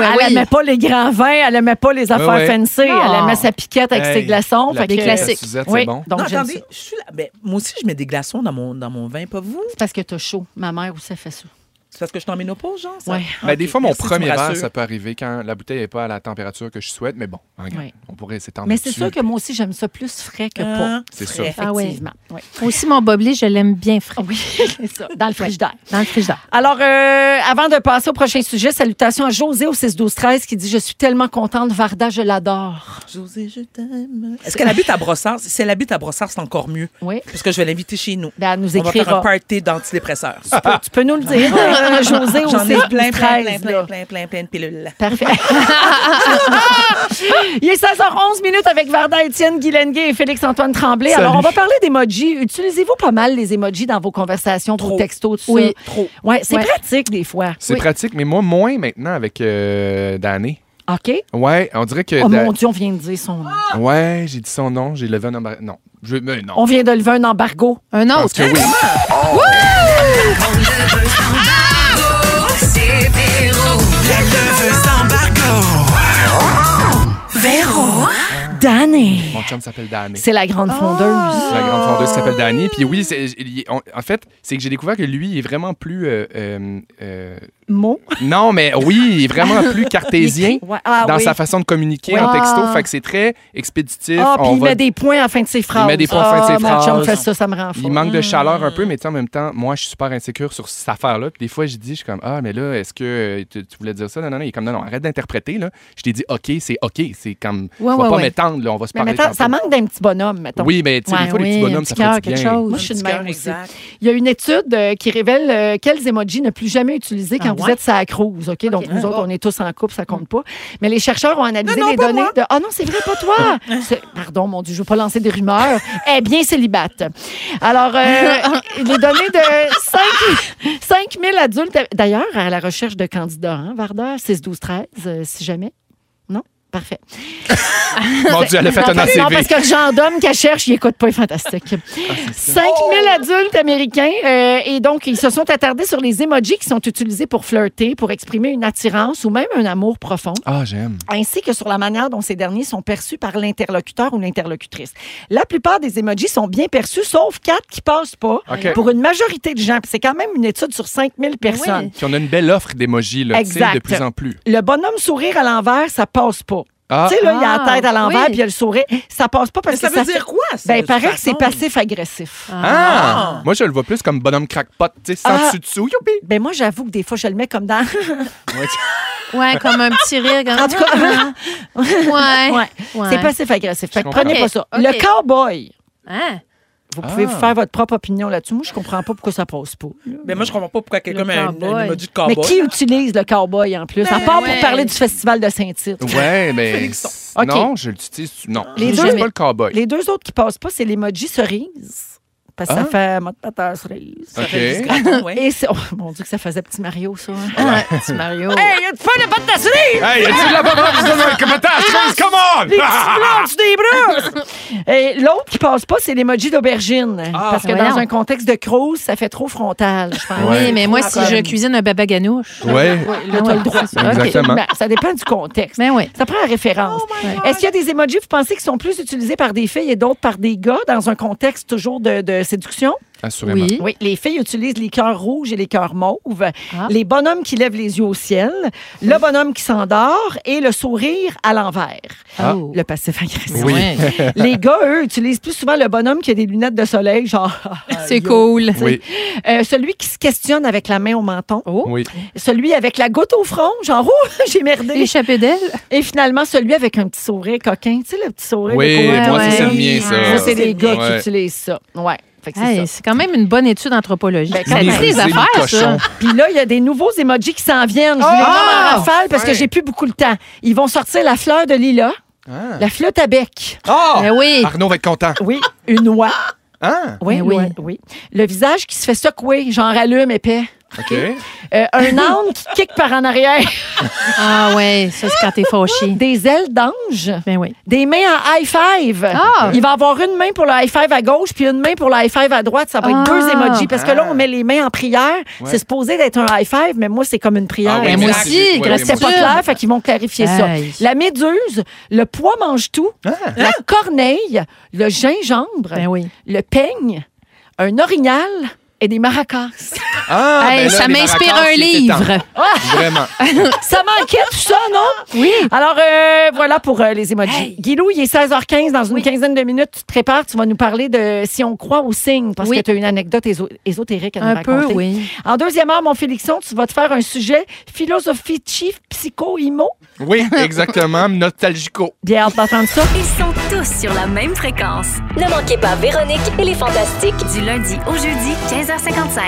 A: elle
B: oui.
A: aimait pas les grands vins, elle aimait pas les affaires
C: Ouais, ouais.
A: fancy, elle aimait sa piquette avec
C: Hey,
A: ses glaçons. fait
C: la
B: piquette
A: que-
B: à Classique.
C: Suzette, c'est
A: Oui,
C: bon.
A: Donc,
D: non,
A: j'aime
D: attendez,
A: ça.
D: je suis là. Ben, moi aussi, je mets des glaçons dans mon, dans mon vin, pas vous.
A: C'est parce que t'as chaud. Ma mère aussi,
C: Ah,
A: elle fait ça.
D: C'est parce que je suis en ménopause, genre. Ça?
A: Ouais.
C: Ben, des
D: Ok,
C: fois, mon
D: merci, tu me
C: premier verre,
D: rassures.
C: ça peut arriver quand la bouteille n'est pas à la température que je souhaite, mais bon, regarde,
A: Oui.
C: on pourrait s'étendre
A: Mais c'est
C: dessus.
A: sûr que moi aussi, j'aime ça plus frais que pas.
D: Ah,
C: C'est sûr.
D: frais.
B: Ah ouais.
A: Effectivement. Oui.
B: Aussi, mon bobli, je l'aime bien frais.
A: Oui, c'est ça. Dans le frigidaire.
B: Dans le frigidaire.
A: Alors, euh, avant de passer au prochain sujet, salutations à José au 6-12-13 qui dit Je suis tellement contente, Varda, je l'adore.
D: José, je t'aime. Est-ce qu'elle habite à Brossard? Si elle habite à Brossard, c'est encore mieux.
A: Oui.
D: Parce que je vais l'inviter chez nous.
A: Ben, elle nous
D: On va faire
A: écrira.
D: un party d'antidépresseurs.
A: Tu peux nous le dire, euh, José au
D: J'en ai plein,
A: 6-12-13.
D: plein, plein, plein,
A: là.
D: plein, plein, plein de pilules.
A: Parfait. Il est 16h11 minutes avec Varda Étienne, Guylaine Gay et Félix-Antoine Tremblay. Alors, on va parler d'emojis. Utilisez-vous pas mal les emojis dans vos conversations, vos
D: Trop.
A: textos, tout ça?
B: Oui.
D: Trop.
A: Ouais, c'est
B: Ouais.
A: pratique des fois.
C: C'est
B: Oui.
C: pratique, mais moi, moins maintenant avec euh, Danny.
A: OK?
C: Ouais, on dirait que.
A: Oh
C: Da-
A: mon Dieu, on vient de dire son nom.
C: Ouais, j'ai dit son nom, j'ai levé un embarras. Non, je... mais non.
A: On vient de lever un embargo.
B: Un
C: Parce
B: autre.
C: que oui.
E: Véro.
A: Dan? Danny.
C: Mon chum s'appelle Danny.
A: C'est la grande fondeuse.
C: C'est la grande fondeuse qui s'appelle Danny. Puis oui, c'est- il- il- on- en fait, c'est que j'ai découvert que lui, il est vraiment plus. euh, euh, euh,
A: Mot.
C: non, mais oui, il est vraiment plus cartésien
A: Ouais. Ah,
C: dans
A: oui.
C: sa façon de communiquer
A: Oui.
C: en texto.
B: Ah.
C: Fait que c'est très expéditif.
A: Ah, puis
C: On
A: il
C: va-
A: met des points à la fin de ses phrases.
C: met des points à la fin de ses
A: Ah, Mon chum
C: phrases.
A: fait ça, ça me rend fou.
C: Il manque de chaleur un peu, mais tu sais, en même temps, moi, je suis super insécure sur cette affaire-là. Puis des fois, je dis, je suis comme, ah, mais là, est-ce que euh, tu, tu voulais dire ça? Non, non, non. Il est comme, non, non, arrête d'interpréter, là. Je t'ai dit, OK, c'est OK. C'est comme,
B: Ouais,
C: je vais
B: ouais,
C: pas
B: ouais.
C: m'étendre, là. On va se
A: Mais
C: parler.
A: mettons, ça
C: tantôt.
A: manque d'un petit bonhomme, mettons.
C: Oui, mais tu sais,
B: Ouais,
C: des fois, les petits
B: oui, un
C: bonhommes,
B: petit
C: ça fait
B: cœur,
C: du bien.
B: quelque chose.
A: Moi, je suis
D: Petit
A: de même
D: cœur,
A: aussi.
D: exact.
A: Il y a une étude euh, qui révèle euh, quels emojis ne plus jamais utiliser quand
B: Ah
A: vous
B: ouais?
A: êtes sur la cruise. OK? Donc, nous autres, on est tous en couple, ça compte pas. Mais les chercheurs ont analysé
D: Ah. Non, non,
A: les
D: pas
A: données
D: moi.
A: de. Ah non, c'est vrai, pas toi! C'est- Pardon, mon Dieu, je veux pas lancer des rumeurs. Eh bien célibate. Alors, euh, les données de 5, 5 000 adultes. D'ailleurs, à la recherche de candidats, hein, Varda, 6, 12, 13, euh, si jamais. Non? Parfait.
C: Mon Dieu, elle a fait un
A: Non,
C: ACV.
A: parce que le genre d'homme qu'elle cherche, il n'écoute pas, il est fantastique. 5000 adultes américains, euh, et donc, ils se sont attardés sur les emojis qui sont utilisés pour flirter, pour exprimer une attirance ou même un amour profond,
C: Ah, j'aime.
A: ainsi que sur la manière dont ces derniers sont perçus par l'interlocuteur ou l'interlocutrice. La plupart des emojis sont bien perçus, sauf quatre qui passent pas,
C: OK.
A: pour une majorité de gens. Puis C'est quand même une étude sur 5000 personnes.
C: Puis on a une belle offre d'émojis, là, tu sais,
A: Exact.
C: de plus en plus.
A: Le bonhomme sourire à l'envers, ça passe pas.
C: Ah,
A: Tu sais, là, il a la
B: Ah,
A: tête à l'envers,
B: oui.
A: puis il a le sourire. Ça passe pas parce
D: Mais ça
A: que
D: veut
A: ça fait-
D: dire quoi, ça?
A: Ben,
D: de
A: il
D: toute
A: paraît que c'est
D: façon?
A: passif-agressif.
C: ah! Moi, je le vois plus comme bonhomme crackpot, tu sais, sans
A: Ah.
C: dessus-dessous, youpi!
A: Ben moi, j'avoue que des fois, je le mets comme dans...
C: Ouais, tu-
B: Ouais, comme un petit rire. comme-
A: En tout cas,
B: ouais.
A: ouais.
B: Ouais.
A: c'est passif-agressif. Fait que
C: Je
A: prenez pas ça.
B: comprends. Ok,
A: Le
B: ok.
A: cowboy,
B: Hein?
A: vous pouvez
C: Ah.
A: vous faire votre propre opinion là-dessus. Moi, je comprends pas pourquoi ça passe pas.
D: Mais Ben, moi, je comprends pas pourquoi quelqu'un
B: Le
D: met un, un
B: cowboy.
D: emoji de
A: Mais
D: cowboy.
A: qui utilise le cowboy en plus? À part pour
B: ouais.
A: parler du festival de Saint-Tite.
C: ouais, mais.
A: Ok.
C: Non, je l'utilise. Non.
A: Les
C: je
A: deux-
C: n'utilise pas le cowboy.
A: Les deux autres qui passent pas, c'est l'emoji cerise. Parce que ça
C: Ah.
A: fait mode patate cerise.
D: Ça
C: OK.
D: fait du scraton, ouais.
A: Et c'est... Oh mon Dieu, que ça faisait petit Mario, ça. hein.
B: Ah, petit Mario.
A: Hey, il y a une feuille de patate cerise!
C: Hey, y a-tu de la bavette qui se donne dans les commentaires? Chose, Come on!
A: Les petits blancs, tu débrouilles. Et l'autre qui passe pas, c'est l'emoji d'aubergine. parce que
B: voyons.
A: dans un contexte de cruise, ça fait trop frontal, je pense.
C: Ouais.
B: Oui, mais moi,
A: Ah,
B: si
A: comme-
B: je cuisine un baba ganouche.
C: Ouais.
B: Ah,
A: Là, t'as
B: ouais,
A: le droit.
B: c'est ça. OK.
C: Exactement.
A: Ben, ça dépend du contexte.
B: Mais Ben oui.
A: Ça prend la référence. Est-ce qu'il y a des emojis, vous pensez, qui sont plus utilisés par des filles et d'autres par des gars dans un contexte toujours de, de séduction?
C: Assurément.
B: Oui.
A: Oui, les filles utilisent les cœurs rouges et les cœurs mauves,
B: Ah.
A: les bonhommes qui lèvent les yeux au ciel, le bonhomme qui s'endort et le sourire à l'envers.
C: Ah.
B: Oh.
A: Le passif agressif.
C: Oui.
B: Ouais.
A: Les gars, eux, utilisent plus souvent le bonhomme qui a des lunettes de soleil, genre.
B: C'est cool.
C: Oui.
A: Euh, celui qui se questionne avec la main au menton.
C: Oui.
A: Celui avec la goutte au front, genre, oh, j'ai merdé.
B: Échappé d'elle.
A: Et finalement, celui avec un petit sourire coquin. Tu sais, le petit sourire.
C: Oui,
A: de côté.
C: moi,
B: ça, c'est le
C: mien, ça.
A: Ça, c'est les gars qui
C: Ouais.
A: utilisent ça. Ouais. Fait que c'est
B: Hey,
A: ça.
B: C'est quand même une bonne étude anthropologique.
A: Ben,
B: Ça dit
C: Mémoriser
B: des
C: le
B: affaires,
C: cochon.
B: ça.
A: Puis là, il y a des nouveaux emojis qui s'en viennent. Je vous les nomme en rafale parce que j'ai plus beaucoup de temps. Ils vont sortir la fleur de lilas,
C: Ah.
A: la flûte à bec.
C: Ah!
B: Ben oui.
C: Arnaud va être content.
A: Oui, une oie.
C: Hein?
A: Oui,
B: Ben
A: Ah. oui.
B: oui.
A: oui. Le visage qui se fait secouer, genre allume épais.
C: OK. Ah
A: Euh, un âne qui kick par en arrière.
B: Ah ouais, ça c'est quand t'es fauché.
A: Des ailes d'ange.
B: Ben oui.
A: Des mains en high five.
B: Ah!
A: Il va avoir une main pour le high five à gauche puis une main pour le high five à droite. Ça va être
B: Ah!
A: deux emojis parce que là, on met les mains en prière.
C: Ouais.
A: C'est supposé d'être un high five, mais moi, c'est comme une prière.
C: Ah oui,
B: Ben, moi
C: exact.
B: aussi,
C: Oui,
B: grosse
C: oui, moi
A: C'était pas
C: aussi.
A: clair, fait qu'ils vont clarifier
B: Aïe.
A: ça. La méduse, le pois mange tout,
C: Ah!
A: la corneille, le gingembre,
B: Ben oui.
A: le peigne, un orignal et des maracas.
C: Ah, ben
B: Hey,
C: là,
B: ça
C: les
B: m'inspire
C: vacances,
B: un
C: c'est
B: livre.
C: éteint. Vraiment.
A: Ça manquait tout ça, non? Oui. Alors, euh, voilà pour euh, les emojis. Guilou, il est 16h15. Dans une quinzaine de minutes, tu te prépares. Tu vas nous parler de si on croit aux signes, parce
B: Oui.
A: que tu as une anecdote éso- ésotérique à nous
B: Un
A: raconter.
B: peu, oui.
A: En deuxième heure, mon Félixon, tu vas te faire un sujet philosophie chief psycho-imo.
C: Oui, exactement. Nostalgico.
A: Bien hâte d'entendre ça.
E: Ils sont tous sur la même fréquence.
F: Ne manquez pas Véronique et les Fantastiques.
E: Du lundi au jeudi, 15h55.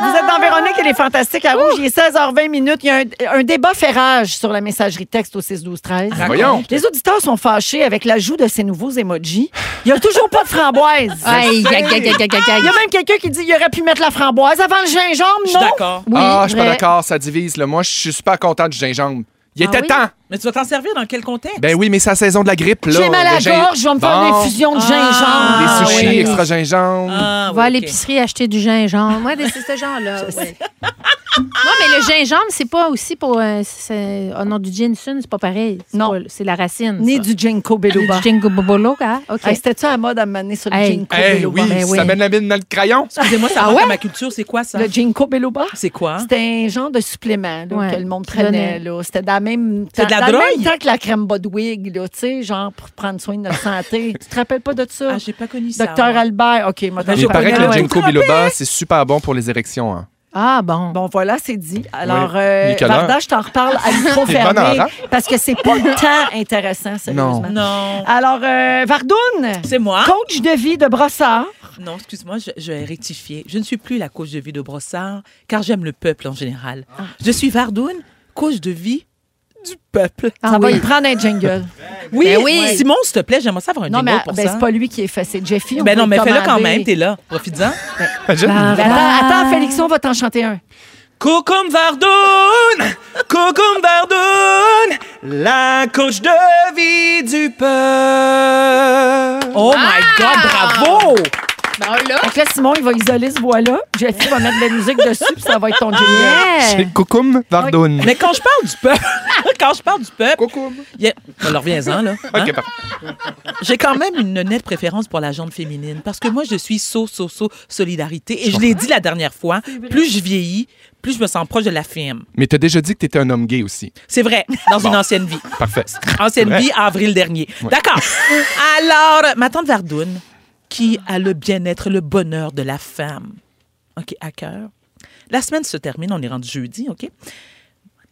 A: Vous êtes dans Véronique et les Fantastiques à Rouge. Il est 16h20 minutes. Il y a un, un débat ferrage sur la messagerie texte au 6 12 13.
C: Ah, voyons.
A: Les auditeurs sont fâchés avec l'ajout de ces nouveaux emojis. Il n'y a toujours pas de framboise.
B: Aïe, aïe, aïe, aïe, aïe, aïe,
C: Ah,
A: Il
B: aïe.
A: y a même quelqu'un qui dit qu'il aurait pu mettre la framboise avant le gingembre,
D: Je suis
A: non?
D: d'accord.
B: Oui,
C: ah, je suis pas
B: vrai.
C: d'accord, ça divise. Là. Moi, je suis super content du gingembre. Il
B: Ah
C: était
B: oui?
C: temps.
D: Mais tu vas t'en servir dans quel contexte?
C: Ben oui, mais c'est la saison de la grippe. là.
A: J'ai mal à
C: Le
A: la
C: gin-
A: gorge, je vais me faire une
C: Bon,
A: infusion de
D: Ah,
A: gingembre.
C: Des
D: Ah,
C: sushis,
D: oui.
C: extra gingembre.
D: Ah,
B: Va à
D: oui, ok.
B: l'épicerie acheter du gingembre. Moi, c'est ce genre-là. ouais. Non, mais le gingembre, c'est pas aussi pour. euh, c'est- oh non, du ginseng, c'est pas pareil. C'est
A: Non.
B: pas- C'est la racine.
A: Ni
B: ça.
A: du Jinko Biloba.
B: Du ginkgo biloba, hein? OK.
A: Hey, C'était-tu à la mode à me mener sur le
B: Hey.
A: Jinko
C: Eh
A: Biloba?
C: oui,
B: Ben oui.
C: ça mène la mine dans le crayon.
D: Excusez-moi, ça manque à ma culture. C'est quoi ça?
A: Ah Le Jinko Biloba?
D: C'est quoi?
C: Hein?
A: C'était un genre de supplément là,
B: Ouais,
A: que le monde
B: qui
A: prenait.
B: donnait.
A: là. C'était dans, la même
D: C'est
A: temps-
D: de la
A: dans le
D: drogue?
A: même temps que la crème Bodwig, là, tu sais, genre pour prendre soin de notre santé. tu te rappelles pas de ça?
D: Ah, j'ai pas connu ça.
A: Docteur
D: moi.
A: Albert, OK, moi,
D: Ben,
A: t'en
C: Il
D: je
A: parle.
C: paraît que
D: connais,
C: le
D: ouais.
C: ginkgo biloba, c'est super bon pour les érections. hein.
B: Ah, bon.
A: Bon, voilà, c'est dit. Alors,
C: Oui.
A: euh,
C: Nicolas.
A: Varda, je t'en reparle à micro
C: T'es bonne
A: fermé
C: en rang.
A: parce que c'est pas tant intéressant, sérieusement.
D: Non.
A: Alors, euh, Vardoune,
D: C'est moi.
A: coach de vie de Brossard.
D: Non, excuse-moi, je, je vais rectifier. Je ne suis plus la coach de vie de Brossard, car j'aime le peuple en général.
A: Ah.
D: Je suis Vardoune, coach de vie du peuple.
B: Ah
A: ça va
B: oui.
A: lui prendre un jingle.
D: Oui,
B: Ben oui.
D: Simon, s'il te plaît, j'aimerais savoir un
A: non,
D: jingle
A: mais
D: pour
A: ben,
D: ça.
A: c'est pas lui qui est fait, c'est Jeffy. on
D: Ben
A: peut
D: non, mais fais-le quand
A: commander.
D: même, t'es là. Profite-en.
B: Varda.
A: Ben, Attends, attends, Félixon va t'en chanter un.
G: Cocum Vardoune, Cocum Vardoune, la coach de vie du peuple.
D: Oh my
A: Ah!
D: God, bravo!
B: Ben là.
A: Fait que là, Simon, il va isoler ce bois-là. Jeffy va mettre de la musique dessus, puis ça va être ton jingle.
B: Euh.
C: Chez Koukoum Vardoun.
D: Mais quand je parle du peuple, quand je parle du peuple,
C: Koukoum.
D: il y a- alors reviens-en, là. hein.
C: Ok, parfait.
D: J'ai quand même une nette préférence pour la jambe féminine parce que moi, je suis so, so, so solidarité. Et je l'ai dit la dernière fois, plus je vieillis, plus je me sens proche de la femme.
C: Mais t'as déjà dit que t'étais un homme gay aussi.
D: C'est vrai, dans une ancienne vie.
C: Parfait.
D: Ancienne
C: Ouais.
D: vie, avril dernier. D'accord. Alors, ma tante Vardoune, qui a le bien-être, le bonheur de la femme, OK, à cœur. La semaine se termine, on est rendu jeudi, OK?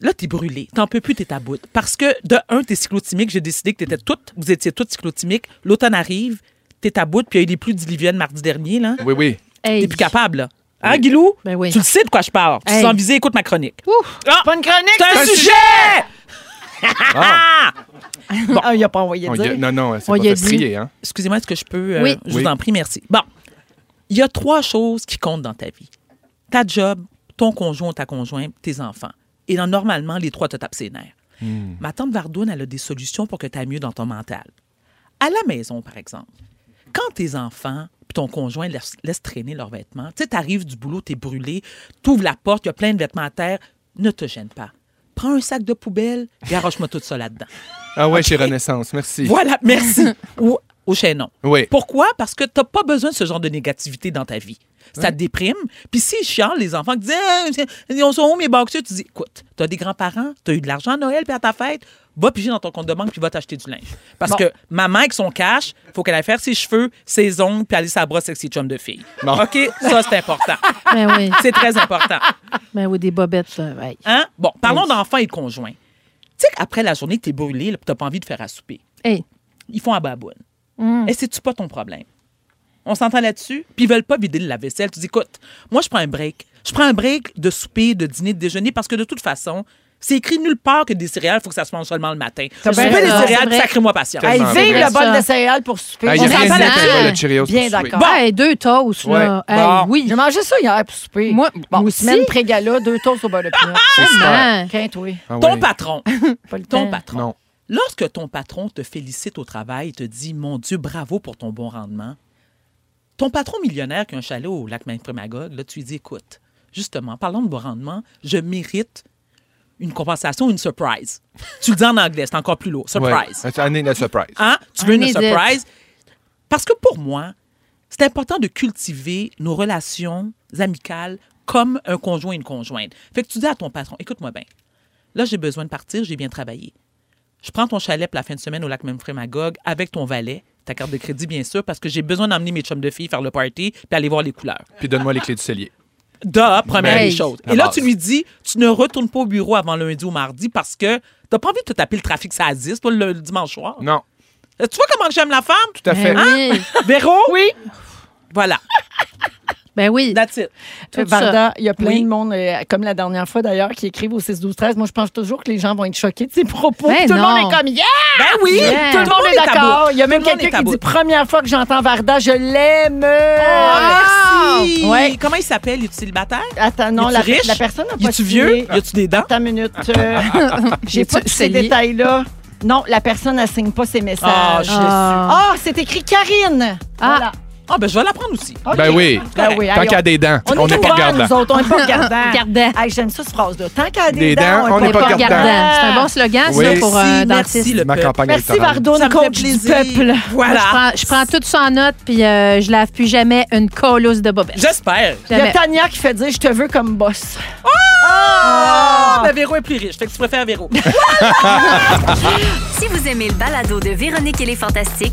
D: Là, t'es brûlé. T'en peux plus, t'es à bout. Parce que, de un, t'es cyclotimique. J'ai décidé que t'étais toutes, vous étiez toutes cyclotimiques. L'automne arrive, t'es à bout, puis il y a eu des pluies diluviennes mardi dernier, là.
C: Oui, oui.
B: Hey.
D: T'es plus capable, là. Hein, Guilou?
B: Ben oui.
D: Tu le sais de quoi je parle. Tu
B: Hey.
D: te sens visé, écoute ma chronique.
B: Ouf.
D: Ah!
A: Pas une chronique,
D: C'est un sujet!
A: Ah, il a pas envoyé
C: On Oh, y a-
A: dire.
C: non, non, c'est
B: On
C: pas
B: y a
C: fait
B: dit.
C: trier, hein.
D: Excusez-moi, est-ce que je peux? euh,
B: Oui.
D: Je
C: Oui.
D: vous en prie, merci. Bon, il y a trois choses qui comptent dans ta vie. Ta job, ton conjoint ou ta conjointe, tes enfants. Et dans- normalement, les trois te tapent ses nerfs. Ma tante Vardoune, elle a des solutions pour que tu ailles mieux dans ton mental. À la maison, par exemple, quand tes enfants puis ton conjoint laisse- laissent traîner leurs vêtements, tu sais, t'arrives du boulot, t'es brûlé, t'ouvres la porte, il y a plein de vêtements à terre, ne te gêne pas. Prends un sac de poubelle, garoche-moi tout ça là-dedans.
C: Ah ouais, chez Renaissance, merci.
D: Voilà, merci. Ou au chaînon.
C: Oui.
D: Pourquoi? Parce que t'as pas besoin de ce genre de négativité dans ta vie. Ça te déprime. Puis si chialent, les enfants qui disent Eh, Ils sont où mes boxeurs? Tu dis Écoute, t'as des grands-parents, t'as eu de l'argent à Noël puis à ta fête, va piger dans ton compte de banque puis va t'acheter du linge. Parce que maman avec son cash, faut qu'elle aille faire ses cheveux, ses ongles puis aller sa brosse avec ses chums de filles.
C: Bon.
D: OK? Ça, c'est important.
B: Ben oui.
D: c'est très important.
B: Ben oui, des bobettes. euh, ouais.
D: Hein? Bon, parlons d'enfants et de conjoints. Tu sais qu'après la journée, t'es brûlé, là, puis t'as pas envie de faire à souper
B: Hey.
D: ils font à baboune.
B: Mm.
D: Et c'est-tu pas ton problème? On s'entend là-dessus? Puis ils veulent pas vider la vaisselle. Tu dis, écoute, moi, je prends un break. Je prends un break de souper, de dîner, de déjeuner, parce que de toute façon, c'est écrit nulle part que des céréales, il faut que ça se mange seulement le matin. Je
A: bien
D: fais les
B: raison, c'est
D: céréales,
B: vrai.
D: sacrez-moi patience.
A: Hey,
C: Tellement
A: vive
C: vrai.
A: le bol
B: Ça.
A: de céréales pour souper.
C: Ah, il y
B: On
C: a rien
B: s'entend
C: de
B: là-dedans.
C: pire que le Cheerios pour
A: Bien
C: souper.
A: d'accord.
D: Bon.
B: Ah, Hey, deux toasts, là.
C: Ouais.
B: Hey,
C: Bon.
B: oui.
A: J'ai mangé ça hier pour souper.
B: Moi-
A: bon,
B: moi
A: semaine
B: aussi.
A: pré-gala, deux toasts au bol de pinot.
D: Ah!
C: C'est super.
B: Man.
A: Quinte, oui.
C: Ah ouais.
D: Ton patron,
A: Pas le temps.
B: Ben,
D: ton patron.
C: Non.
D: Lorsque ton patron te félicite au travail et te dit Mon Dieu, bravo pour ton bon rendement, ton patron millionnaire qui a un chalet au lac Magog, là, tu lui dis Écoute, justement, parlons de bon rendement, je mérite une compensation, une surprise. tu le dis en anglais, c'est encore plus lourd. Surprise.
C: Ouais. Année de surprise.
D: Hein? Tu veux
B: I
D: une
B: need it.
D: surprise? Parce que pour moi, c'est important de cultiver nos relations amicales comme un conjoint et une conjointe. Fait que tu dis à ton patron, écoute-moi bien, là, j'ai besoin de partir, j'ai bien travaillé. Je prends ton chalet pour la fin de semaine au lac Memphis Magog avec ton valet, ta carte de crédit, bien sûr, parce que j'ai besoin d'emmener mes chums de filles faire le party puis aller voir les couleurs.
C: Puis donne-moi les clés du cellier.
D: Da, première
B: Ben,
D: des choses.
C: la
D: Et là,
C: base.
D: tu lui dis, tu ne retournes pas au bureau avant lundi ou mardi parce que t'as pas envie de te taper le trafic, ça existe, toi, le, le dimanche soir.
C: Non,
B: Ah.
D: Tu vois comment j'aime la femme?
C: tout à fait.
B: Ben oui.
D: Véro? Oui. Voilà.
B: Ben oui.
D: That's it.
B: Tout
A: Varda, Euh, il y a plein
D: Oui.
A: de monde, euh, comme la dernière fois d'ailleurs, qui écrivent au 6-12-13. Moi, je pense toujours que les gens vont être choqués de ces propos.
B: Ben
A: Tout le
B: non.
A: monde est comme, Ah! yeah!
D: Ben oui!
B: Yeah.
A: Tout le monde est
D: à
A: d'accord.
D: bout.
A: Il y a même
D: Tout le monde
A: quelqu'un
D: est à
A: qui dit,
D: bout.
A: première fois que j'entends Varda, je l'aime.
D: Ah, merci!
A: Ouais.
D: Comment il s'appelle? Il est célibataire?
A: Attends, non,
D: Es-tu
A: la,
D: riche?
A: la personne n'a pas
D: Il est-tu
A: signé.
D: vieux? Il a-tu des dents?
A: Attends une minute. euh, J'ai
B: Es-tu
A: pas tous ces
B: scellé?
A: détails-là. Non, la personne ne signe pas ses
D: Ah,
A: messages.
D: je
B: Ah.
A: Ah, c'est écrit Karine.
B: Ah.
D: Ah, ben je vais la prendre aussi.
A: Voilà. OK.
C: Ben oui.
A: Ben oui.
C: Tant
A: allez,
C: qu'il y a des dents, on n'est pas
A: ouverts, nous
C: regardant.
A: autres, on n'est pas regardant.
B: Gardant.
A: Hey, J'aime ça, cette phrase-là. Tant qu'il y a des,
C: Des dents, on
B: On n'est
C: pas
B: pas
C: gardant.
B: regardant. C'est un bon slogan,
C: Oui.
B: ça, pour un dentiste.
D: merci, le
C: Ma
D: peuple.
C: campagne
A: Merci,
C: électorale.
A: Vardo,
D: Ça me fait
A: coach du
D: plaisir.
A: peuple.
B: Moi, Ah, je,
D: Voilà.
B: prends, je prends tout ça en note, puis euh, je lave plus jamais une colosse de bobette.
D: J'espère.
A: Il y a
B: Jamais.
A: Tania qui fait dire « Je te veux comme boss
D: Ah! Ben, Véro est plus riche. Fait que tu préfères Véro.
A: Ben
E: Si vous aimez le balado de Véronique et les Fantastiques,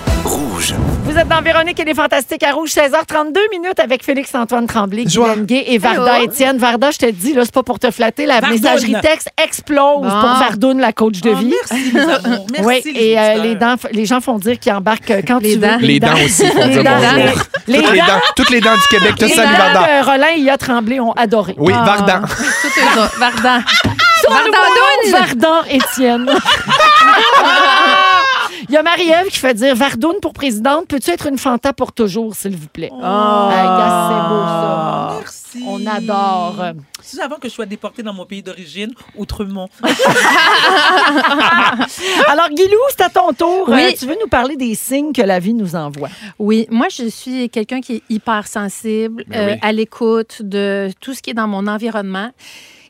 H: Rouge. ».
A: Vous êtes dans Véronique et les Fantastiques à Rouge, 16h32 minutes avec Félix-Antoine Tremblay,
C: Joie.
A: Guylaine Gay et Varda
B: Allô?
A: Étienne. Varda, je te dis, là, c'est pas pour te flatter, la
D: Vardoune.
A: messagerie texte explose
B: Bon.
A: pour Vardoune, la coach de
D: Ah,
A: vie.
D: merci, les amours. Merci,
A: oui,
D: les
A: et euh,
D: auditeurs.
A: les, dents, les gens font dire qu'ils embarquent euh, quand
B: Les
A: tu
B: dents.
A: veux.
C: Les dents aussi font
A: Les
C: dire
A: dents.
C: bonjour.
A: Les
C: Toutes les
A: dents.
C: dents, toutes les dents du Québec te
A: Les
C: saluent,
A: dents
C: Varda.
A: de Roland et Ia Tremblay ont adoré.
C: Oui,
B: Ah.
C: Vardan.
B: Tout est bon. Vardan.
A: Vardoune!
B: Vardandoune.
A: Vardan Étienne. Il y a Marie-Ève qui fait dire Vardoune pour présidente, peux-tu être une Fanta pour toujours, s'il vous plaît?
D: Ah.
A: Ah, gars, c'est
D: Merci.
A: beau, ça. On adore.
D: C'est avant que je sois déportée dans mon pays d'origine, autrement.
A: Ah, Alors, Guilou, c'est à ton tour.
B: Oui.
A: Euh, tu veux nous parler des signes que la vie nous envoie?
B: Oui, moi, je suis quelqu'un qui est hyper sensible,
C: Ben oui.
B: euh, à l'écoute de tout ce qui est dans mon environnement.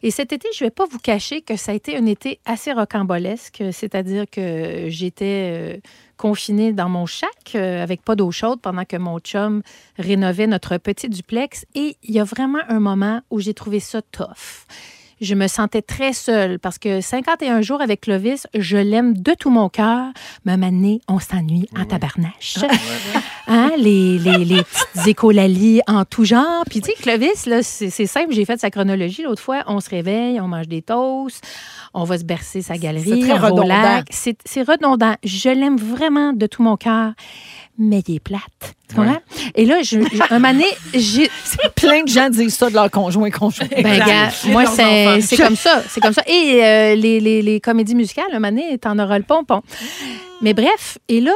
B: Et cet été, je ne vais pas vous cacher que ça a été un été assez rocambolesque, c'est-à-dire que j'étais euh, confinée dans mon chac euh, avec pas d'eau chaude pendant que mon chum rénovait notre petit duplex. Et il y a vraiment un moment où j'ai trouvé ça tough. Je me sentais très seule parce que 51 jours avec Clovis, je l'aime de tout mon cœur. Mais mané, on s'ennuie en tabarnache.
A: Ah,
B: Hein, les, les, les petites écolalies en tout genre. Puis, tu sais, Clovis, là, c'est c'est simple, j'ai fait sa chronologie l'autre fois. On se réveille, on mange des toasts, on va se bercer sa galerie,
A: très
B: on va au
A: redondant.
B: lac. C'est c'est redondant. Je l'aime vraiment de tout mon cœur, mais il est plate. Tu comprends? Et là, je, je- un mané, j'ai.
A: Plein de gens disent ça de leur conjoint conjoint.
B: Ben,
D: Exact.
B: gars,
D: Chez
B: moi,
D: leurs
B: c'est
D: enfants.
B: c'est comme ça. C'est comme ça. Et euh, les, les- les comédies musicales, un moment donné, t'en auras le pompon. Mais bref, et là,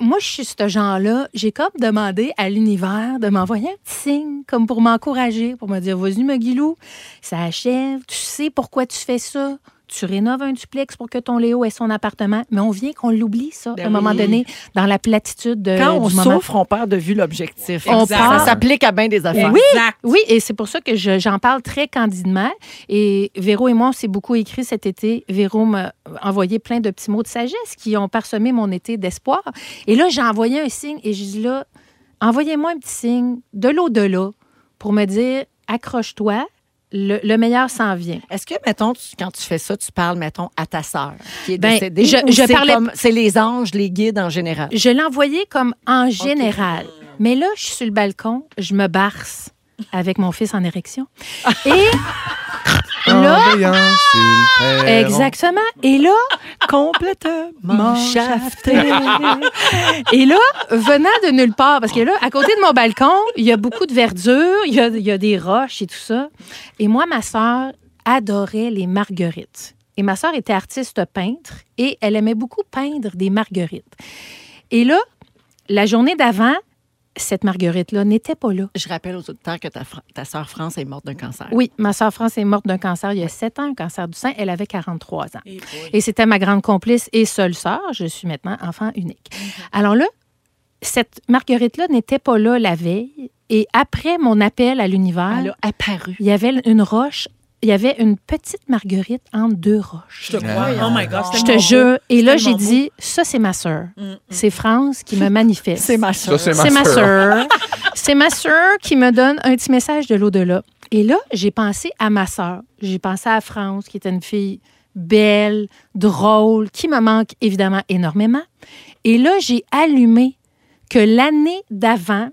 B: moi, je suis ce genre-là. J'ai comme demandé à l'univers de m'envoyer un petit signe, comme pour m'encourager, pour me dire Vas-y, me Guilou, ça achève. Tu sais pourquoi tu fais ça. Tu rénoves un duplex pour que ton Léo ait son appartement. Mais on vient qu'on l'oublie, ça,
D: Ben
B: à un moment
D: oui.
B: donné, dans la platitude de,
A: Quand on
B: du moment.
A: souffre, on perd de vue l'objectif.
B: On
D: Exact.
B: part-
A: Ça s'applique à bien des affaires.
B: Oui.
D: Exact.
B: Oui, et c'est pour ça que je- j'en parle très candidement. Et Véro et moi, on s'est beaucoup écrit cet été. Véro m'a envoyé plein de petits mots de sagesse qui ont parsemé mon été d'espoir. Et là, j'ai envoyé un signe et j'ai dit là, envoyez-moi un petit signe de l'au-delà pour me dire accroche-toi, le, le meilleur s'en vient.
A: Est-ce que, mettons, tu- quand tu fais ça, tu parles, mettons, à ta sœur qui est
B: Ben,
A: décédée?
B: je-
A: ou
B: je
A: c'est
B: parlais-
A: comme- C'est les anges, les guides en général.
B: Je l'ai envoyé comme en général. Mais là, je suis sur le balcon, je me barse avec mon fils en érection. Et là,
C: Surveillant sur le perron.
B: exactement. Et là,
A: Complètement shafté.
B: Et là, venant de nulle part, parce que là, à côté de mon balcon, il y a beaucoup de verdure, il y a, il y a des roches et tout ça. Et moi, ma sœur adorait les marguerites. Et ma sœur était artiste peintre et elle aimait beaucoup peindre des marguerites. Et là, la journée d'avant, cette marguerite-là n'était pas là.
A: Je rappelle aux auditeurs que ta, fr- ta sœur France est morte d'un cancer.
B: Oui, ma sœur France est morte d'un cancer il y a 7 ans, un cancer du sein. Elle avait 43 ans.
D: Et boy.
B: Et c'était ma grande complice et seule sœur. Je suis maintenant enfant unique. Alors là, cette Marguerite-là n'était pas là la veille. Et après mon appel à
A: Elle
B: l'univers,
A: a apparu.
B: il y avait une roche, il y avait une petite Marguerite entre deux roches.
D: Je te crois.
A: Ah,
D: Oh my God. c'est
B: Je te
D: tellement
B: jure. Et là, j'ai
D: tellement beau.
B: dit, ça, c'est ma sœur.
D: Mm, mm.
B: C'est France qui me manifeste.
A: C'est ma
C: Ça,
A: sœur.
C: c'est
B: C'est ma
C: sœur.
B: sœur. C'est ma sœur qui me donne un petit message de l'au-delà. Et là, j'ai pensé à ma sœur. J'ai pensé à France, qui était une fille belle, drôle, qui me manque évidemment énormément. Et là, j'ai allumé que l'année d'avant,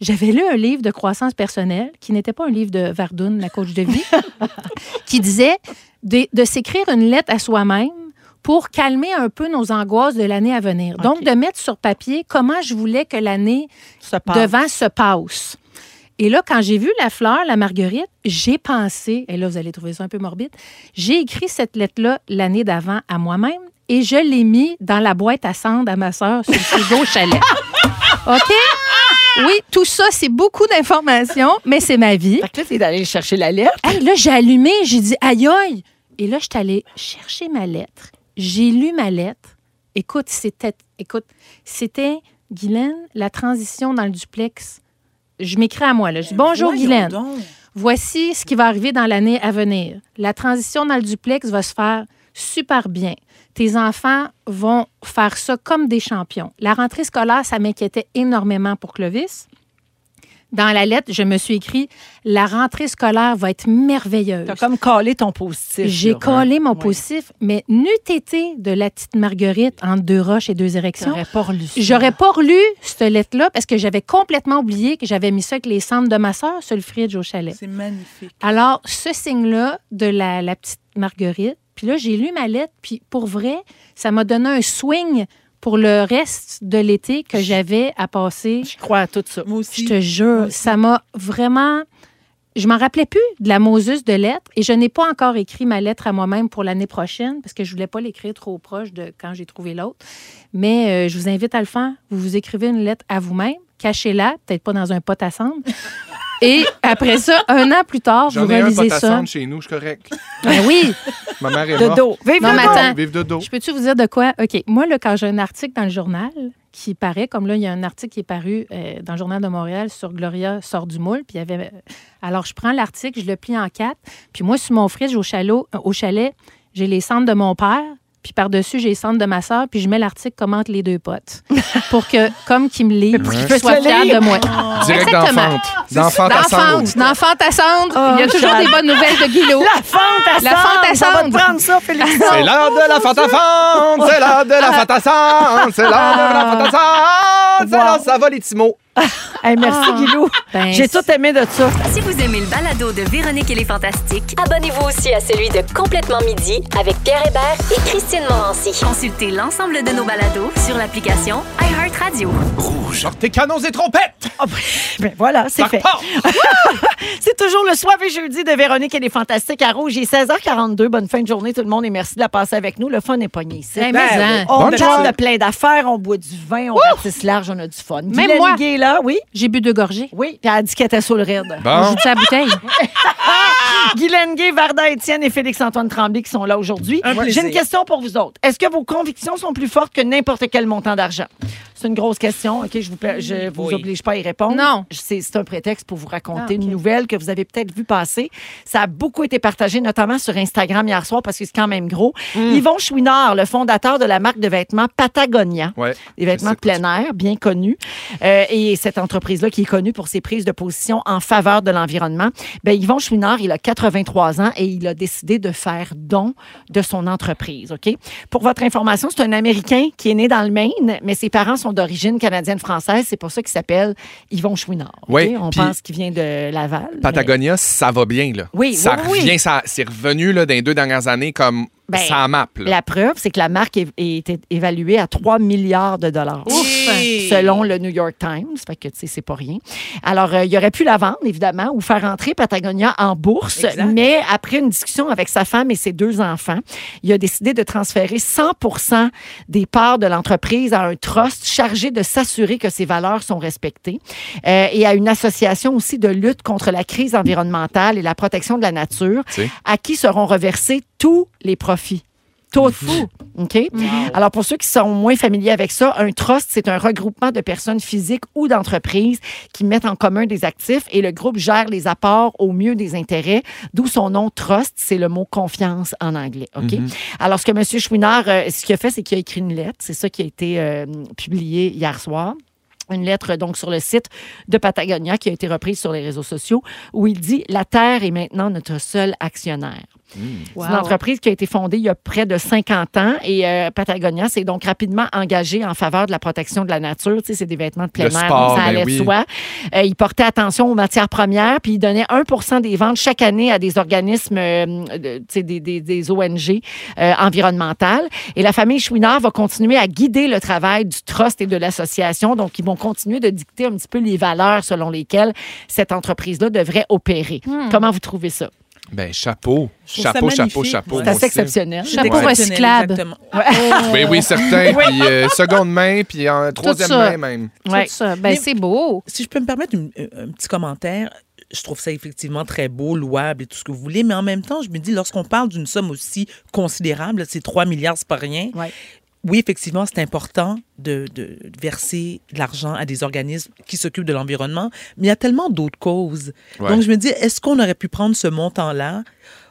B: j'avais lu un livre de croissance personnelle qui n'était pas un livre de Vardoun, la coach de vie, qui disait de, de s'écrire une lettre à soi-même pour calmer un peu nos angoisses de l'année à venir. Donc,
A: OK.
B: de mettre sur papier comment je voulais que l'année
A: Ça passe.
B: devant se passe. Et là, quand j'ai vu la fleur, la marguerite, j'ai pensé, et là, vous allez trouver ça un peu morbide, j'ai écrit cette lettre-là l'année d'avant à moi-même et je l'ai mis dans la boîte à cendre à ma sœur sur le frigo au chalet. OK? Oui, tout ça, c'est beaucoup d'informations, mais c'est ma vie.
A: Fait que là, t'es allé chercher la lettre.
B: Hey, là, j'ai allumé, j'ai dit aïe aïe. Et là, je suis allée chercher ma lettre. J'ai lu ma lettre. Écoute, c'était, écoute, c'était, Guylaine, la transition dans le duplex. Je m'écris à moi, là. Je dis bonjour,
D: Ben, Voyons
B: Guylaine.
D: donc.
B: Voici ce qui va arriver dans l'année à venir. La transition dans le duplex va se faire super bien. Tes enfants vont faire ça comme des champions. La rentrée scolaire, ça m'inquiétait énormément pour Clovis. Dans la lettre, je me suis écrit La rentrée scolaire va être merveilleuse.
A: T'as comme collé ton positif.
B: J'ai
A: là.
B: collé mon
A: Ouais.
B: positif, mais n'eût été de la petite Marguerite entre deux roches et deux érections.
A: T'aurais pas relu ça.
B: J'aurais pas relu cette lettre-là parce que j'avais complètement oublié que j'avais mis ça avec les cendres de ma sœur sur le fridge au chalet.
D: C'est magnifique.
B: Alors, ce signe-là de la, la petite Marguerite, puis là, j'ai lu ma lettre, puis pour vrai, ça m'a donné un swing pour le reste de l'été que j'avais à passer.
A: Je crois à tout ça.
D: Moi
B: Je
D: aussi.
B: te jure, ça m'a vraiment... Je m'en rappelais plus de la Moses de lettres et je n'ai pas encore écrit ma lettre à moi-même pour l'année prochaine parce que je voulais pas l'écrire trop proche de quand j'ai trouvé l'autre. Mais euh, je vous invite à le faire. Vous vous écrivez une lettre à vous-même, cachez-la, peut-être pas dans un pot à cendre. et après ça, un an plus tard, vous
C: J'en ai un
B: relisez
C: pot à
B: ça.
C: cendre chez nous, je suis correct.
B: Ben oui,
C: Ma mère est
A: De
C: morte.
A: dos. Vive
B: Non,
A: le
B: mais
A: dos.
B: attends.
C: Vive de dos.
B: je peux-tu vous dire de quoi? OK, moi, là, quand j'ai un article dans le journal qui paraît, comme là, il y a un article qui est paru euh, dans le Journal de Montréal sur Gloria sort du moule, puis il y avait... euh, Alors, je prends l'article, je le plie en quatre, puis moi, sur mon fridge au, chalot- euh, au chalet, j'ai les cendres de mon père, puis par-dessus, j'ai les cendres de ma sœur, puis je mets l'article « Commente les deux potes » pour que, comme qu'il me lit,
A: qu'il puisse
B: soit
A: le
B: fier
A: lire.
B: de moi.
C: Direct
B: Exactement.
C: d'enfante. D'enfante à cendre.
B: D'enfante, d'enfante à cendre. il y a
A: Oh,
B: toujours
A: Charles.
B: des bonnes nouvelles de Guillaume.
A: La fantasme.
B: La fente à
A: Ça va te
B: cendre.
A: prendre ça, Félix.
C: C'est l'heure de la fantasante, c'est l'heure de la fantasante, c'est l'heure de la fantasante, c'est l'heure, ça va les timos.
A: Hey, merci,
B: Ah.
A: Guilou.
B: Ben,
A: J'ai tout aimé de ça.
E: Si vous aimez le balado de Véronique et les Fantastiques,
F: Abonnez-vous aussi à celui de Complètement Midi avec Pierre Hébert et Christine Morancy.
E: consultez l'ensemble de nos balados sur l'application iHeartRadio.
C: Sortez canons et trompettes!
A: Ben voilà, c'est
C: Ça
A: fait.
B: Oh!
C: repart!
A: C'est toujours le soir et jeudi de Véronique et les Fantastiques à Rouge. Il est 16h42. Bonne fin de journée, tout le monde, et merci de la passer avec nous. Le fun est pogné ici.
B: Hey, mais
D: Ben,
B: en.
A: On
C: Bonne
A: parle
C: journée.
A: de plein d'affaires, on boit du vin, on ratisse large, on a du fun. Guylaine
B: moi.
A: Gay, là, oui,
B: J'ai bu deux gorgées.
A: oui. Puis elle a dit qu'elle était sur le raid.
C: Bon,
B: Joue-tu à la bouteille?
A: Guylaine Gay, Varda Étienne et Félix-Antoine Tremblay qui sont là aujourd'hui.
D: Un
A: J'ai
D: plaisir.
A: une question pour vous autres. Est-ce que vos convictions sont plus fortes que n'importe quel montant d'argent? C'est une grosse question. OK, je vous, pla- je vous
D: Oui.
A: oblige pas à y répondre.
B: Non.
A: C'est c'est un prétexte pour vous raconter
B: Ah, OK.
A: une nouvelle que vous avez peut-être vue passer. Ça a beaucoup été partagé, notamment sur Instagram hier soir, parce que c'est quand même gros. Yvon Chouinard, le fondateur de la marque de vêtements Patagonia.
C: Ouais.
A: Des vêtements
C: Je
A: de
C: sais
A: plein air, bien connus. Euh, et cette entreprise-là, qui est connue pour ses prises de position en faveur de l'environnement, ben Yvon Chouinard, il a 83 ans et il a décidé de faire don de son entreprise. OK? Pour votre information, c'est un Américain qui est né dans le Maine, mais ses parents sont d'origine canadienne-française. C'est pour ça qu'il s'appelle Yvon Chouinard. OK?
C: Oui,
A: On
C: puis-
A: pense qu'il vient de Laval. mais-
C: Patagonia, ça va bien, là.
A: Oui,
C: ça
A: oui, oui.
C: revient, ça- c'est revenu, là, dans les deux dernières années, comme
A: Ben,
C: ça map, là.
A: La preuve, c'est que la marque est, est évaluée à 3 milliards de dollars.
D: Hey!
A: Selon le New York Times. Fait que, tu sais, c'est pas rien. Alors, euh, il aurait pu la vendre, évidemment, ou faire entrer Patagonia en bourse.
D: Exact.
A: Mais après une discussion avec sa femme et ses deux enfants, il a décidé de transférer 100 des parts de l'entreprise à un trust chargé de s'assurer que ses valeurs sont respectées euh, et à une association aussi de lutte contre la crise environnementale et la protection de la nature
C: Tu sais.
A: à qui seront reversés tous les profits. Tout. OK? Alors, pour ceux qui sont moins familiers avec ça, un trust, c'est un regroupement de personnes physiques ou d'entreprises qui mettent en commun des actifs et le groupe gère les apports au mieux des intérêts, d'où son nom trust, c'est le mot confiance en anglais. OK? Alors, ce que M. Chouinard, euh, ce qu'il a fait, c'est qu'il a écrit une lettre. C'est ça qui a été euh, publié hier soir. Une lettre donc sur le site de Patagonia qui a été reprise sur les réseaux sociaux où il dit La Terre est maintenant notre seul actionnaire. C'est une entreprise qui a été fondée il y a près de 50 ans et euh, Patagonia s'est donc rapidement engagée en faveur de la protection de la nature. Tu sais, c'est des vêtements de plein
C: Le
A: air,
C: sport,
A: ça
C: ben
A: allait de
C: oui.
A: soi. Euh, ils portaient attention aux matières premières puis ils donnaient 1 des ventes chaque année à des organismes, euh, de- tu sais, des, des- des ONG euh, environnementales. Et la famille Chouinard va continuer à guider le travail du trust et de l'association. Donc, ils vont continuer de dicter un petit peu les valeurs selon lesquelles cette entreprise-là devrait opérer. Comment vous trouvez ça?
C: Ben, chapeau.
D: trouve ça
C: Chapeau, chapeau,
D: magnifique.
C: chapeau.
D: C'est
A: C'est
C: moi
A: assez
C: aussi.
A: exceptionnel.
B: Chapeau
C: Ouais.
B: recyclable.
D: Exactement.
C: Oui, oui, certain. Puis euh, seconde main, puis en troisième
B: ça.
C: main même.
A: Ouais.
B: Tout ça. Ben,
D: Mais-
B: c'est beau.
D: si je peux me permettre une- euh, un un petit commentaire, je trouve ça effectivement très beau, louable et tout ce que vous voulez, mais en même temps, je me dis, lorsqu'on parle d'une somme aussi considérable, c'est 3 milliards, c'est pas rien.
A: Ouais.
D: Oui, effectivement, c'est important de, de verser de l'argent à des organismes qui s'occupent de l'environnement, mais il y a tellement d'autres causes.
C: Ouais.
D: Donc, je me dis, est-ce qu'on aurait pu prendre ce montant-là,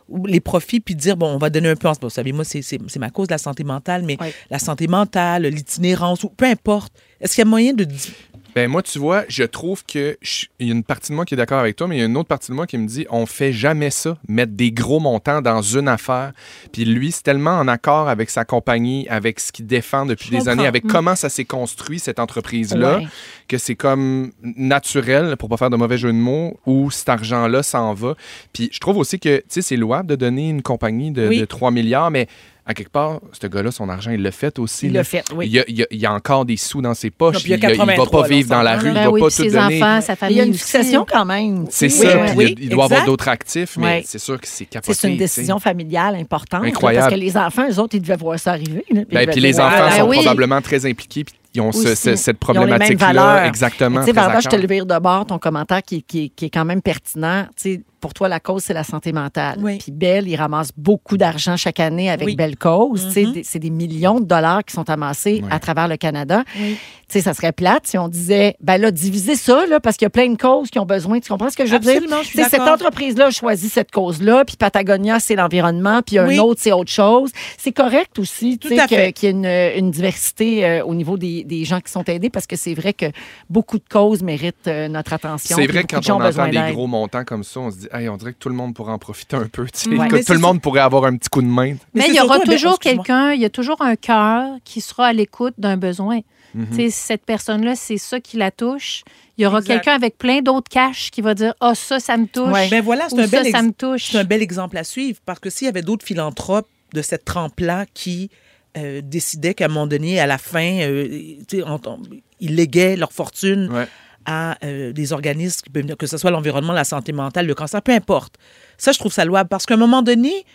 D: ou les profits, puis dire, bon, on va donner un peu en... Bon, vous savez, moi, c'est c'est- c'est ma cause, la santé mentale, mais
A: Ouais.
D: la santé mentale, l'itinérance, ou peu importe. Est-ce qu'il y a moyen de... di-
C: Ben moi, tu vois, je trouve que je- il y a une partie de moi qui est d'accord avec toi, mais il y a une autre partie de moi qui me dit on fait jamais ça, mettre des gros montants dans une affaire. Puis lui, c'est tellement en accord avec sa compagnie, avec ce qu'il défend depuis
D: Je
C: des
D: comprends.
C: années, avec comment ça s'est construit cette entreprise là,
A: Mm. Ouais.
C: que c'est comme naturel pour pas faire de mauvais jeu de mots où cet argent là s'en va. Puis je trouve aussi que tu sais c'est louable de donner une compagnie de,
D: Oui.
C: de 3 milliards, mais à quelque part, ce gars-là, son argent, il le fait aussi.
A: Il
C: là.
A: l'a fait, oui.
C: Il y, a, il y a- il y a encore des sous dans ses poches.
D: Non, puis il y a
C: il ne va
D: 83,
C: pas vivre
D: là, on
C: dans la
I: Ah,
D: s'entend,
C: rue. Il ne
B: Ben
C: va
B: oui,
C: pas
B: puis
C: tout
B: ses
C: donner.
B: enfants, sa famille.
A: Il y a une
B: aussi.
A: succession quand même.
C: C'est
A: Oui,
C: ça.
A: oui,
C: puis
A: oui.
C: il, il doit
D: exact.
C: avoir d'autres actifs, mais
A: Ouais.
C: c'est sûr que c'est capoté.
A: C'est une
C: tu sais.
A: décision familiale importante. là,
C: Incroyable.
A: Parce que les enfants, eux autres, ils devaient voir ça arriver. là,
C: Ben,
A: ils
C: puis
A: devaient
C: les
A: voir-
C: enfants
B: Ah, ben
C: sont
B: oui.
C: probablement très impliqués. Puis ils ont ce-
A: Aussi.
C: ce- cette
A: Ils ont les mêmes valeurs.
C: problématique-là. Exactement.
A: Tu sais,
C: très
A: Varda, je te
C: d'accord.
A: le vire de bord, ton commentaire qui, qui- qui est quand même pertinent. Tu sais, pour toi, la cause, c'est la santé mentale.
D: Oui.
A: Puis Belle, il ramasse beaucoup d'argent chaque année avec
D: Oui. Mm-hmm.
A: Belle Cause. Tu sais, des- C'est des millions de dollars qui sont amassés à travers le Canada. Tu sais, ça serait plate si on disait, ben là, divisez ça, là, parce qu'il y a plein de causes qui ont besoin. Tu comprends ce que je veux
D: Absolument,
A: dire?
D: je suis
A: Tu sais, cette
D: d'accord.
A: entreprise-là choisit cette cause-là, puis Patagonia, c'est l'environnement, puis un
D: Oui.
A: autre, c'est autre chose. C'est correct aussi tu
D: Tout
A: sais,
D: à
A: que-
D: fait.
A: qu'il y ait une, une diversité euh, au niveau des, des gens qui sont aidés, parce que c'est vrai que beaucoup de causes méritent euh, notre attention.
C: C'est
A: puis
C: vrai que
A: beaucoup de
C: quand
A: gens
C: on
A: ont besoin
C: entend des
A: d'aide.
C: gros montants comme ça, on se dit, Hey, on dirait que tout le monde pourrait en profiter un peu. tu sais,
A: Ouais.
C: que
D: Mais
C: tout
D: c'est
C: le monde pourrait avoir un petit coup de main.
B: Mais
D: c'est
B: il y aura
D: surtout un-
B: toujours
D: excuse-moi.
B: quelqu'un, il y a toujours un cœur qui sera à l'écoute d'un besoin. Tu sais, Cette personne-là, c'est ça qui la touche. Il y aura
D: Exact.
B: quelqu'un avec plein d'autres caches qui va dire Ah, ça, ça me touche.
A: Ouais.
D: Ben voilà, c'est
B: Ou
D: un
B: ça,
D: bel
B: ça
D: exemple.
B: me touche.
D: C'est un bel exemple à suivre parce que s'il y avait d'autres philanthropes de cette trempe-là qui euh, décidaient qu'à un moment donné, à la fin, euh, tu sais, on- on- ils léguaient leur fortune
C: Ouais.
D: à euh, des organismes, qui peuvent venir- que ce soit l'environnement, la santé mentale, le cancer, peu importe. Ça, je trouve ça louable parce qu'à un moment donné, tu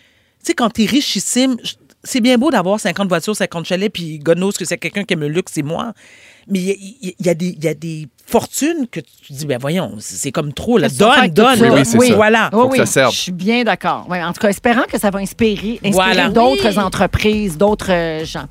D: sais, quand tu es richissime, je- c'est bien beau d'avoir 50 voitures, 50 chalets, puis God knows que c'est quelqu'un qui aime le luxe, c'est moi. Mais il y a- il y, a- il y a des- il y a des fortunes que tu dis, ben voyons, c'est comme trop, Oh. là.
A: Qu'est-ce qu'on fait
D: Donne,
A: avec tout
D: donne.
A: ça?
C: Oui, oui, c'est ça.
D: Voilà.
C: Faut que ça serve.
A: Je suis bien d'accord. Ouais, en tout cas, espérant que ça va inspirer, inspirer
D: Voilà.
A: d'autres
B: Oui.
A: entreprises, d'autres euh, gens.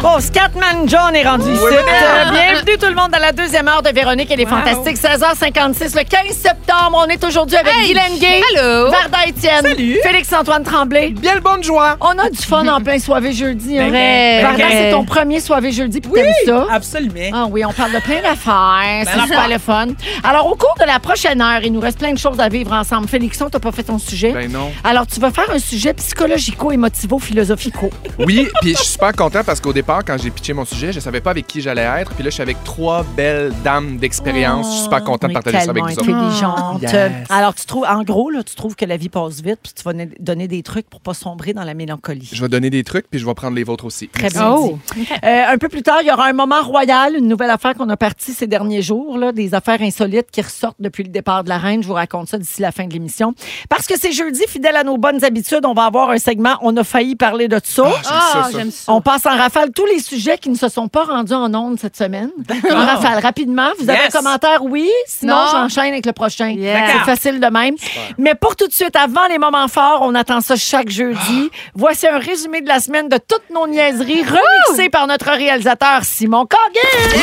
A: Bon, Scatman John est rendu ici. Euh, Bienvenue tout le monde à la deuxième heure de Véronique et les Fantastiques. 16h56, le 15 septembre. On est aujourd'hui avec Guylaine Gay,
B: Allô.
A: Varda Étienne, Félix-Antoine Tremblay.
C: Bien le bonne joie.
A: On a du fun en plein soirée jeudi. hein?
B: Vrai,
A: Varda,
B: vrai.
A: c'est ton premier soirée jeudi, puis t'aimes ça.
D: Absolument.
A: Ah oui, on parle de plein d'affaires.
D: Ben,
A: C'est super le fun. Alors, au cours de la prochaine heure, il nous reste plein de choses à vivre ensemble. Félixon, t'as pas fait ton sujet.
C: Ben non.
A: Alors, tu vas faire un sujet psychologico-émotivo-philosophico.
C: Oui, puis je suis super content parce qu'au départ, quand j'ai pitché mon sujet, je savais pas avec qui j'allais être. Puis là, je suis avec trois belles dames d'expérience. je suis super content de
A: Ah, On est
C: partager ça avec
A: tellement
C: vous autres.
A: intelligente.
C: Yes.
A: Alors, tu trouves, en gros, là, tu trouves que la vie passe vite, puis tu vas ne- donner des trucs pour pas sombrer dans la mélancolie.
C: Je vais donner des trucs, puis je vais prendre les vôtres aussi.
A: Très bien
B: Oh.
A: dit. Euh, un peu plus tard, il y aura un moment royal, une nouvelle affaire qu'on a partie ces derniers jours, là, des affaires insolites qui ressortent depuis le départ de la reine. Je vous raconte ça d'ici la fin de l'émission. Parce que c'est jeudi, fidèle à nos bonnes habitudes, on va avoir un segment. On a failli parler de ça.
B: Ah,
C: ça, ça.
B: j'aime ça.
A: On passe en rafale tous les sujets qui ne se sont pas rendus en ondes cette semaine. En rafale, rapidement. Vous avez
D: Yes.
A: un commentaire, oui. Sinon,
B: Non.
A: j'enchaîne avec le prochain.
B: Yes.
A: C'est facile de même. Mais pour tout de suite, avant les moments forts, on attend ça chaque jeudi. Voici un résumé de la semaine de toutes nos niaiseries remixées par notre réalisateur Simon Coggin.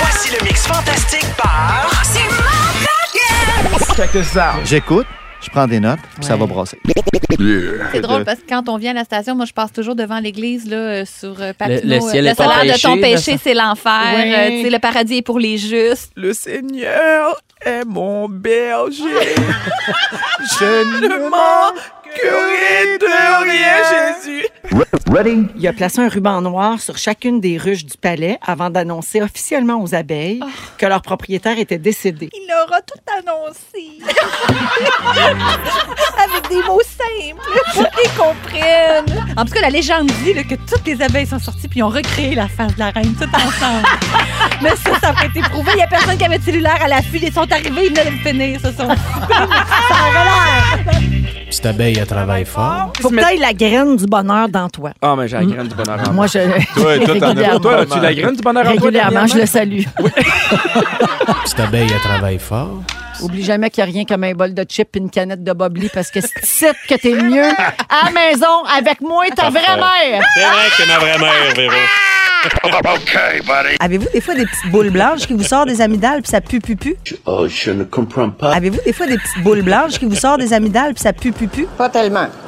H: Voici le mix fantastique par. C'est mon
C: Check this out.
H: J'écoute, je prends des notes, puis ça va brasser.
I: C'est drôle
H: de-
I: parce que quand on vient à la station, moi, je passe toujours devant l'église là, euh, sur euh, Papineau.
J: le ciel
I: euh,
J: est
I: le salaire
J: empêché,
I: de ton
J: là,
I: péché,
J: ça-
I: c'est l'enfer.
A: Ouais.
I: Euh, tu sais, le paradis est pour les justes.
D: Le Seigneur est mon berger.
H: Je
D: ne manquerai de rien, Jésus.
A: Il a placé un ruban noir sur chacune des ruches du palais avant d'annoncer officiellement aux
B: Ah.
A: abeilles que leur propriétaire était décédé.
I: Il aura tout annoncé. Avec des mots simples pour qu'ils comprennent. En tout cas, la légende dit là, que toutes les abeilles sont sorties puis ont recréé la face de la reine, toutes ensemble. Mais ça, ça peut été prouvé. Il n'y a personne qui avait de cellulaire à l'affût. Ils sont arrivés, ils venaient de le finir, ce sont.
K: Petite abeille, à travail fort.
A: Faut que t'ailles la graine du bonheur dans toi.
G: Ah, mais j'ai la graine du bonheur en moi.
A: Moi, je.
C: Toi, toi, t'en as-
A: Régulièrement.
C: toi,
G: As-tu la graine du bonheur en toi?
A: Régulièrement, je le salue.
K: Petite abeille, à travail fort.
A: Oublie jamais qu'il n'y a rien comme un bol de chips et une canette de bobli parce que c'est ici que t'es mieux à la maison avec moi et ta vraie mère.
K: C'est vrai que ma vraie mère, Véro.
L: Avez-vous des fois des petites boules blanches qui vous sortent des amygdales puis ça pue pu pu?
H: Oh, je ne comprends
K: Ah.
H: pas.
L: Avez-vous des fois des petites boules blanches qui vous sortent des amygdales puis ça pue pu pu?
K: Quand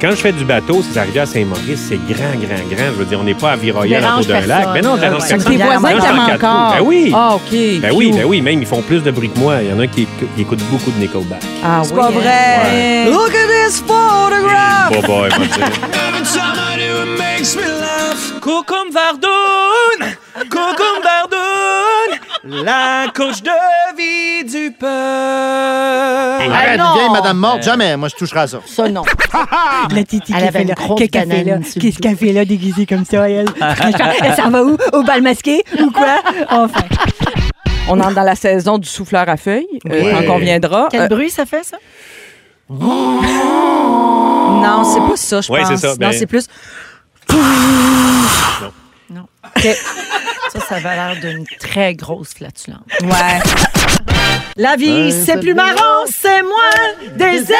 K: je fais du bateau, c'est arrivé à Saint-Maurice, c'est grand, grand, grand. Je veux dire, on n'est pas à Viroyal en haut d'un lac. Mais non, t'as
A: C'est tes voisins qui t'aiment encore.
K: Ben oui.
D: Ah, OK.
K: Ben oui, ben oui, même ils font plus de bruit que moi. Il y en a qui, qui écoutent beaucoup de Nickelback.
A: Ah
L: C'est pas vrai! Look at this
M: Ah!
L: photograph!
K: Bye bye, moi, tu sais.
G: Cocum Verdun, Cocum Verdun, la coach de vie du peuple.
H: Arrête,
A: Ah non!
H: vieille madame morte, jamais. Moi, je toucherai à ça.
A: Ça, non.
I: Ah.
L: La titi
A: Elle
L: qui
A: avait
L: fait
A: une
L: là,
A: grosse
L: qu'est-ce qu'elle fait là,
A: banane sur le Ah.
L: qu'est-ce qu'elle fait là déguisée comme ça, elle? elle s'en va où? Au bal masqué ou quoi? Enfin.
J: On entre dans la saison du souffleur à feuilles, euh,
H: Ouais.
J: quand on viendra.
A: Quel
J: Euh,
A: bruit ça fait, ça?
L: Non, c'est pas ça, je
K: Ouais,
L: pense.
K: c'est ça, ben-
L: Non, c'est plus.
A: Ça, ça avait l'air d'une très grosse flatulence.
L: Ouais.
A: La vie, c'est plus marrant, c'est moins désespérant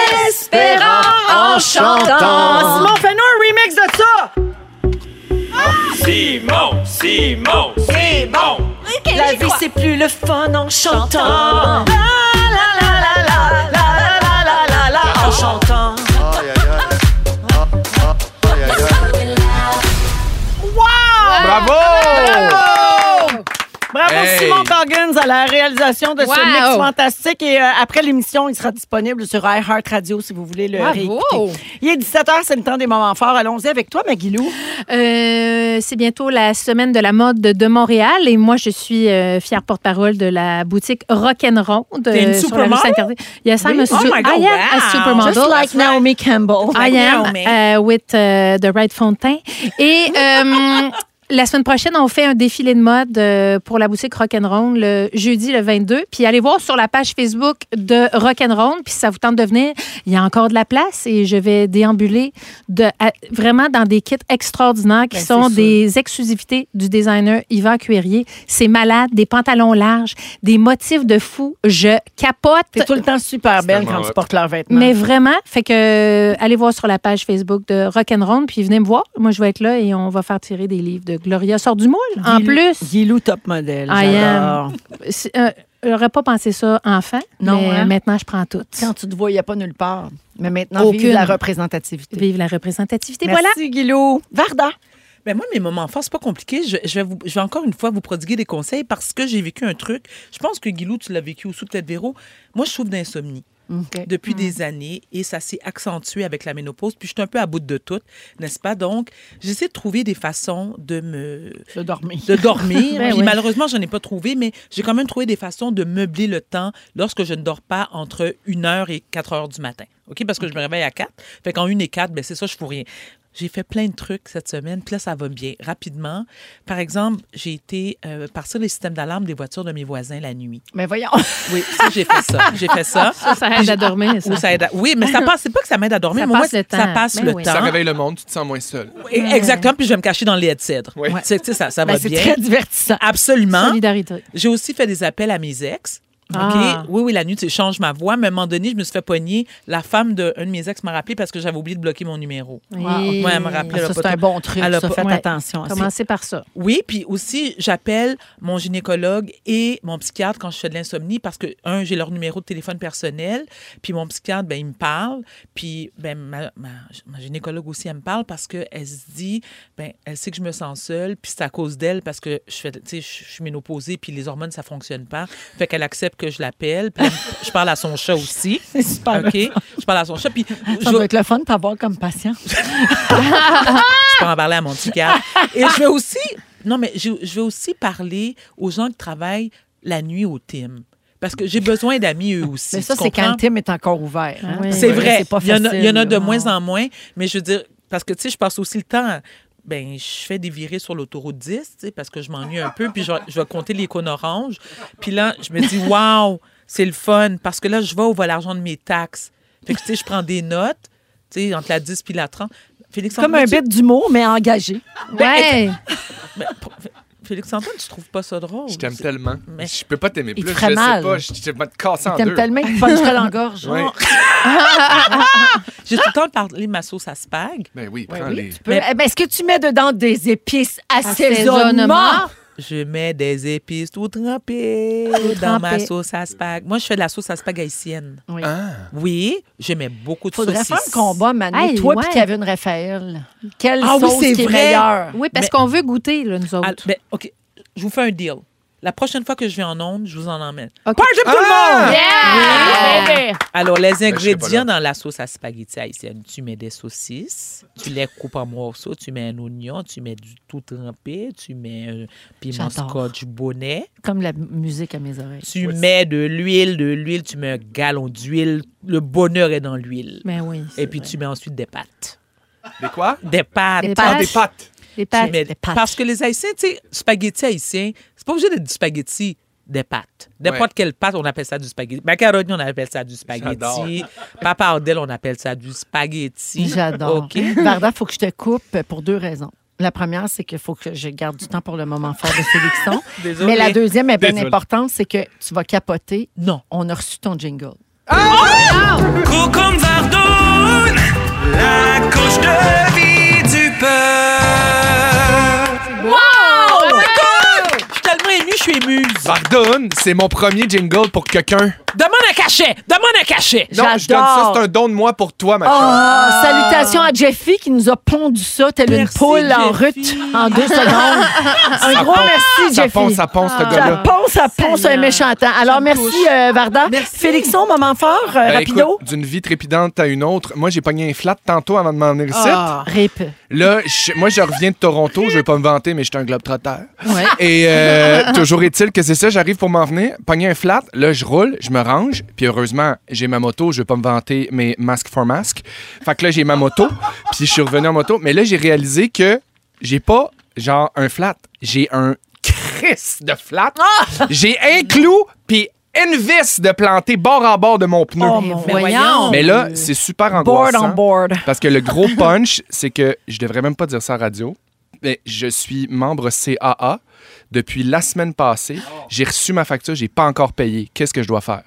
A: en chantant. Simon, fais-nous un remix de ça!
G: Simon, Simon, Simon.
A: La vie, c'est plus le fun en chantant. La, la, la, la, la, la, la, la, la, la, en chantant.
H: Aïe, aïe, aïe. Ah, ah, aïe, aïe, aïe.
C: Bravo!
A: Bravo
C: Hey.
A: Simon Coggins à la réalisation de
I: Wow.
A: ce mix fantastique. Et euh, après l'émission, il sera disponible sur iHeartRadio si vous voulez le réécouter. Il est 17h, c'est le temps des moments forts. Allons-y avec toi, Maguilou.
B: Euh, c'est bientôt la semaine de la mode de Montréal et moi je suis euh, fière porte-parole de la boutique Rock'n'Ronde
D: T'es une
B: sur la rue
D: supermodel?
B: Sainte-Catherine. Yes, I'm a,
D: Oh
B: su-
D: my God,
B: I am a
D: wow.
B: supermodel.
A: Just like Naomi Campbell.
B: I am
D: Naomi.
B: uh, with uh, the right fountain. Et euh, la semaine prochaine, on fait un défilé de mode euh, pour la boutique Rock'n'Roll le jeudi le 22. Puis allez voir sur la page Facebook de Rock'n'Roll. Puis si ça vous tente de venir, il y a encore de la place et je vais déambuler de, à- vraiment dans des kits extraordinaires qui
A: Ben,
B: sont
A: c'est sûr.
B: des exclusivités du designer Yvan Cuérier. C'est malade, des pantalons larges, des motifs de fou. Je capote.
A: T'es tout le temps super belle quand tu portes leurs vêtements.
B: Mais vraiment, fait que euh, allez voir sur la page Facebook de Rock'n'Roll, puis venez me voir. Moi, je vais être là et on va faire tirer des livres de Gloria Sort du moule. En
A: Guilou-
B: plus,
A: Guilou top modèle.
B: I am.
A: J'adore.
B: c'est- euh, j'aurais pas pensé ça enfant,
A: Non,
B: mais
A: hein?
B: maintenant, je prends tout.
A: Quand tu te voyais pas nulle part. Mais maintenant,
B: Aucune.
A: vive la représentativité.
B: Vive la représentativité.
A: Merci,
B: Voilà.
A: Guilou. Varda.
D: Ben moi, mes moments forts, c'est pas compliqué. Je, je vais vous- je vais encore une fois vous prodiguer des conseils parce que j'ai vécu un truc. Je pense que Guilou, tu l'as vécu aussi, peut-être Véro. Moi, je souffre d'insomnie depuis des années et ça s'est accentué avec la ménopause. Puis je suis un peu à bout de tout, n'est-ce pas? Donc, j'essaie de trouver des façons de me
A: Je dormais.
D: de dormir.
B: Ben
D: Puis
B: oui.
D: Malheureusement, je n'en ai pas trouvé, mais j'ai quand même trouvé des façons de meubler le temps lorsque je ne dors pas entre 1h et 4h du matin. OK? Parce que je me réveille à 4. Fait qu'en 1 et 4, ben c'est ça, je fous rien. J'ai fait plein de trucs cette semaine, puis là, ça va bien, rapidement. Par exemple, j'ai été euh, partir les systèmes d'alarme des voitures de mes voisins la nuit.
A: Mais voyons.
D: Oui, ça, j'ai fait ça. J'ai fait ça.
B: Ben Ça, ça aide à dormir. ça.
D: Ou ça aide à- Oui, mais ça passe, c'est pas que ça m'aide à dormir,
B: Ça
D: mais au moins,
B: passe le
D: ça
B: temps.
D: passe
B: Ben
D: le
B: oui.
D: temps.
C: Ça réveille le monde, tu te sens moins seul.
D: Exactement, puis je vais me cacher dans les de cèdre.
C: Oui.
D: Tu sais, tu sais, ça, ça va
A: Ben, c'est Ah.
D: bien. Hein?
A: très divertissant.
D: Absolument.
B: Solidarité.
D: J'ai aussi fait des appels à mes ex. OK? Oui, oui, la nuit, tu sais, je change ma voix. Mais à un moment donné, je me suis fait pogner. La femme d'un de, de, mes ex m'a rappelé parce que j'avais oublié de bloquer mon numéro.
A: Oui.
D: Ouais, elle m'a rappelé.
A: Ah,
D: elle a
A: ça,
D: pas
A: c'est un
D: tout-
A: bon truc,
D: elle a
A: ça.
D: pas-
A: Faites attention à ça.
B: Commencez par ça.
D: Oui, puis aussi, j'appelle mon gynécologue et mon psychiatre quand je fais de l'insomnie parce que, un, j'ai leur numéro de téléphone personnel, puis mon psychiatre, ben, il me parle, puis ben, ma, ma- ma gynécologue aussi, elle me parle parce qu'elle se dit, ben, elle sait que je me sens seule, puis c'est à cause d'elle parce que je, fais, tu sais, je je suis ménopausée, puis les hormones, ça fonctionne pas. Fait qu'elle accepte que je l'appelle, puis elle- je parle à son chat aussi.
A: C'est super.
D: OK? Je parle à son chat, puis je
A: Ça doit être le fun de t'avoir comme patient.
D: je peux en parler à mon psychiatre. Et je vais aussi, non, mais je, je vais aussi parler aux gens qui travaillent la nuit au team. Parce que j'ai besoin d'amis eux aussi.
A: Mais ça,
D: tu
A: c'est quand
D: comprends?
A: le team est encore ouvert. hein.
D: C'est vrai.
A: C'est pas
D: il, y en a, il y en a
A: facile,
D: de
A: là.
D: moins en moins, mais je veux dire, parce que, tu sais, je passe aussi le temps. à- Ben, je fais des virées sur l'autoroute 10, tu sais, parce que je m'ennuie un peu, puis je, vais- je vais compter les cônes oranges. Puis là, je me dis, waouh, c'est le fun, parce que là, je vais où va l'argent de mes taxes. Fait que, tu sais, je prends des notes, tu sais, entre la 10 puis la 30. Félix,
A: Comme un bit d'humour, mais engagé.
D: Ouais. Ben, Félix Antoine, tu trouves pas ça drôle?
C: Je t'aime tellement.
D: Oh, Mais-
C: Je peux pas t'aimer
A: Il
C: plus.
A: te ferait
C: je
A: mal.
C: sais pas. Je, je vais te casser
A: Il
C: en
A: t'aime
C: deux.
A: tellement qu'il te puncherait dans la gorge.
C: Ouais.
D: J'ai tout le temps parlé de ma sauce à spag.
C: Ben oui,
A: Oui,
C: prends
A: oui,
C: les.
A: tu peux. Eh ben, Est-ce que tu mets dedans des épices assaisonnement?
D: Assaisonnement. Je mets des épices tout trempées
A: Tout
D: dans ma
A: trempées.
D: sauce à spag. Moi, je fais de la sauce à spag haïtienne.
A: Oui.
B: Ah.
D: Oui, je mets beaucoup de
A: Faudrait
D: saucisses.
A: faire un combat, Mané.
D: Hey,
A: toi
D: ouais.
A: puis Kevin Raphaël. Quelle
D: Ah oui,
A: sauce
D: c'est
A: qui est
D: vrai.
A: meilleure?
B: Oui, parce
D: Mais-
B: qu'on veut goûter, là, nous autres.
D: Ah, ben, OK, je vous fais un deal. La prochaine fois que je vais en onde, je vous en emmène.
B: Ok.
D: Party pour tout
C: Ah!
D: le monde!
A: Ah,
B: Yeah!
D: Oui.
B: Baby!
D: Alors, les
B: Ben, je serai pas
D: ingrédients
B: là.
D: dans la sauce à spaghetti haïtienne, tu mets des saucisses, tu les coupes en morceaux, tu mets un oignon, tu mets du tout trempé, tu mets un piment
A: J'adore.
D: scotch bonnet,
A: Comme la musique à mes oreilles.
D: tu mets de l'huile, de l'huile, tu mets un gallon d'huile. Le bonheur est dans l'huile.
B: Ben oui.
D: Et puis, tu mets ensuite des pâtes.
C: Des quoi?
D: Des pâtes.
B: Des pâtes. Ah, des
C: pâtes.
B: Des pâtes.
D: Tu mets-
B: Des pâtes.
D: Parce que les Haïtiens, tu sais, spaghetti haïtien, c'est pas obligé d'être du spaghetti. Des pâtes. N'importe
C: Ouais.
D: quelle pâte, on appelle ça du spaghetti. Macaroni, on appelle ça du spaghetti.
A: J'adore.
D: Papardelle, on appelle ça du spaghetti.
A: J'adore.
D: OK.
A: Varda, il faut que je te coupe pour deux raisons. La première, c'est qu'il faut que je garde du temps pour le moment fort de Félixon.
D: Désolée.
A: Mais la deuxième est bien
D: Désolée.
A: importante, c'est que tu vas capoter.
D: Non.
A: On a reçu ton jingle.
G: Cocombe Vardoune, la couche de vie du peuple.
D: Wow! Oh, Je suis tellement émue, je suis émue.
C: Pardonne, c'est mon premier jingle pour quelqu'un.
D: Demande un cachet! Demande un cachet!
C: Non, je donne ça, c'est un don de moi pour toi, ma
A: Ah, salutations à Jeffy qui nous a pondu ça, telle une poule en rut en deux secondes. Un
C: Ça
A: gros
C: ponce,
M: Ah,
A: merci,
C: ça
A: Jeffy.
C: ponce, ça ponce, ce
A: Ça
C: gars-là.
A: ponce, ça ponce, un méchant temps. Alors, merci, euh, Varda. Félixon, moment fort, euh,
C: Ben,
A: rapido.
C: écoute, D'une vie trépidante à une autre. Moi, j'ai pogné un flat tantôt avant de m'en venir ici.
A: Ah. Rip.
C: Là, je- moi, je reviens de Toronto. Je vais pas me vanter, mais j'étais un globe-trotteur.
A: Ouais.
C: Et euh, toujours est-il que c'est ça, j'arrive pour m'en venir, pogner un flat, là je roule, je me range, puis heureusement, j'ai ma moto, je vais pas me vanter mes masques for masques. Fait que là j'ai ma moto, puis je suis revenu en moto, mais là j'ai réalisé que j'ai pas genre un flat, j'ai un Chris de flat.
A: Ah!
C: J'ai un clou puis une vis de planter bord à bord de mon pneu.
A: Oh, mon Mais voyons. voyons.
C: Mais là, c'est super
A: Board
C: angoissant.
A: on board.
C: Parce que le gros punch, c'est que je devrais même pas dire ça à radio, mais je suis membre CAA depuis la semaine passée.
A: Oh.
C: J'ai reçu ma facture, j'ai pas encore payé. Qu'est-ce que je dois faire?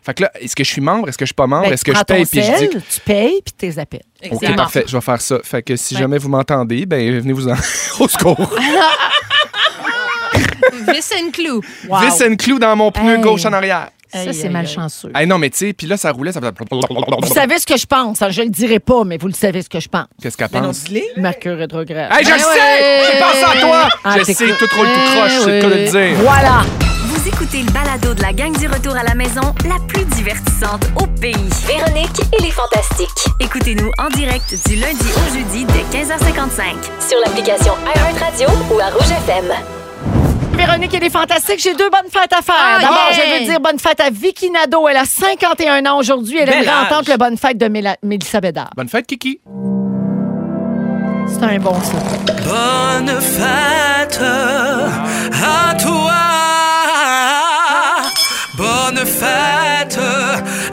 C: Fait que là, est-ce que je suis membre? Est-ce que je suis pas membre?
A: Ben,
C: Est-ce que je
A: prends
C: paye?
A: ton
C: Puis je
A: sel,
C: dis.
A: Tu payes, puis tes appels.
C: Ok, parfait, je vais faire ça. Fait que si jamais vous m'entendez, ben venez-vous en. Au secours.
B: Vis and clou.
C: Vis and clou dans mon pneu
B: Hey.
C: gauche en arrière.
B: Ça, c'est malchanceux.
C: Ah non, mais tu sais, puis là, ça roulait, ça faisait.
A: Vous savez ce que je pense. hein, Je le dirai pas, mais vous le savez ce que je pense.
C: Qu'est-ce qu'elle pense?
A: Mercure rétrograde.
C: Hey, je le sais! J'ai pensé à toi! Je sais,
A: t'écoutes.
C: tout roule tout
A: Eh
C: croche, c'est le cas de le dire.
A: Voilà.
E: Vous écoutez le balado de la gang du retour à la maison, la plus divertissante au pays. Véronique et les Fantastiques. Écoutez-nous en direct du lundi au jeudi dès 15h55 sur l'application iHeartRadio ou à Rouge FM.
A: Ah, Véronique, elle est fantastique. J'ai deux bonnes fêtes à faire.
E: Ah,
A: D'abord,
E: yeah!
A: je veux dire bonne fête à Vicky Nadeau. Elle a 51 ans aujourd'hui. Elle
C: Bel
A: aimerait
C: âge.
A: entendre le bonne fête de Méla- Mélissa Bédard.
C: Bonne fête, Kiki.
A: C'est un bon son.
G: Bonne fête à toi. Bonne fête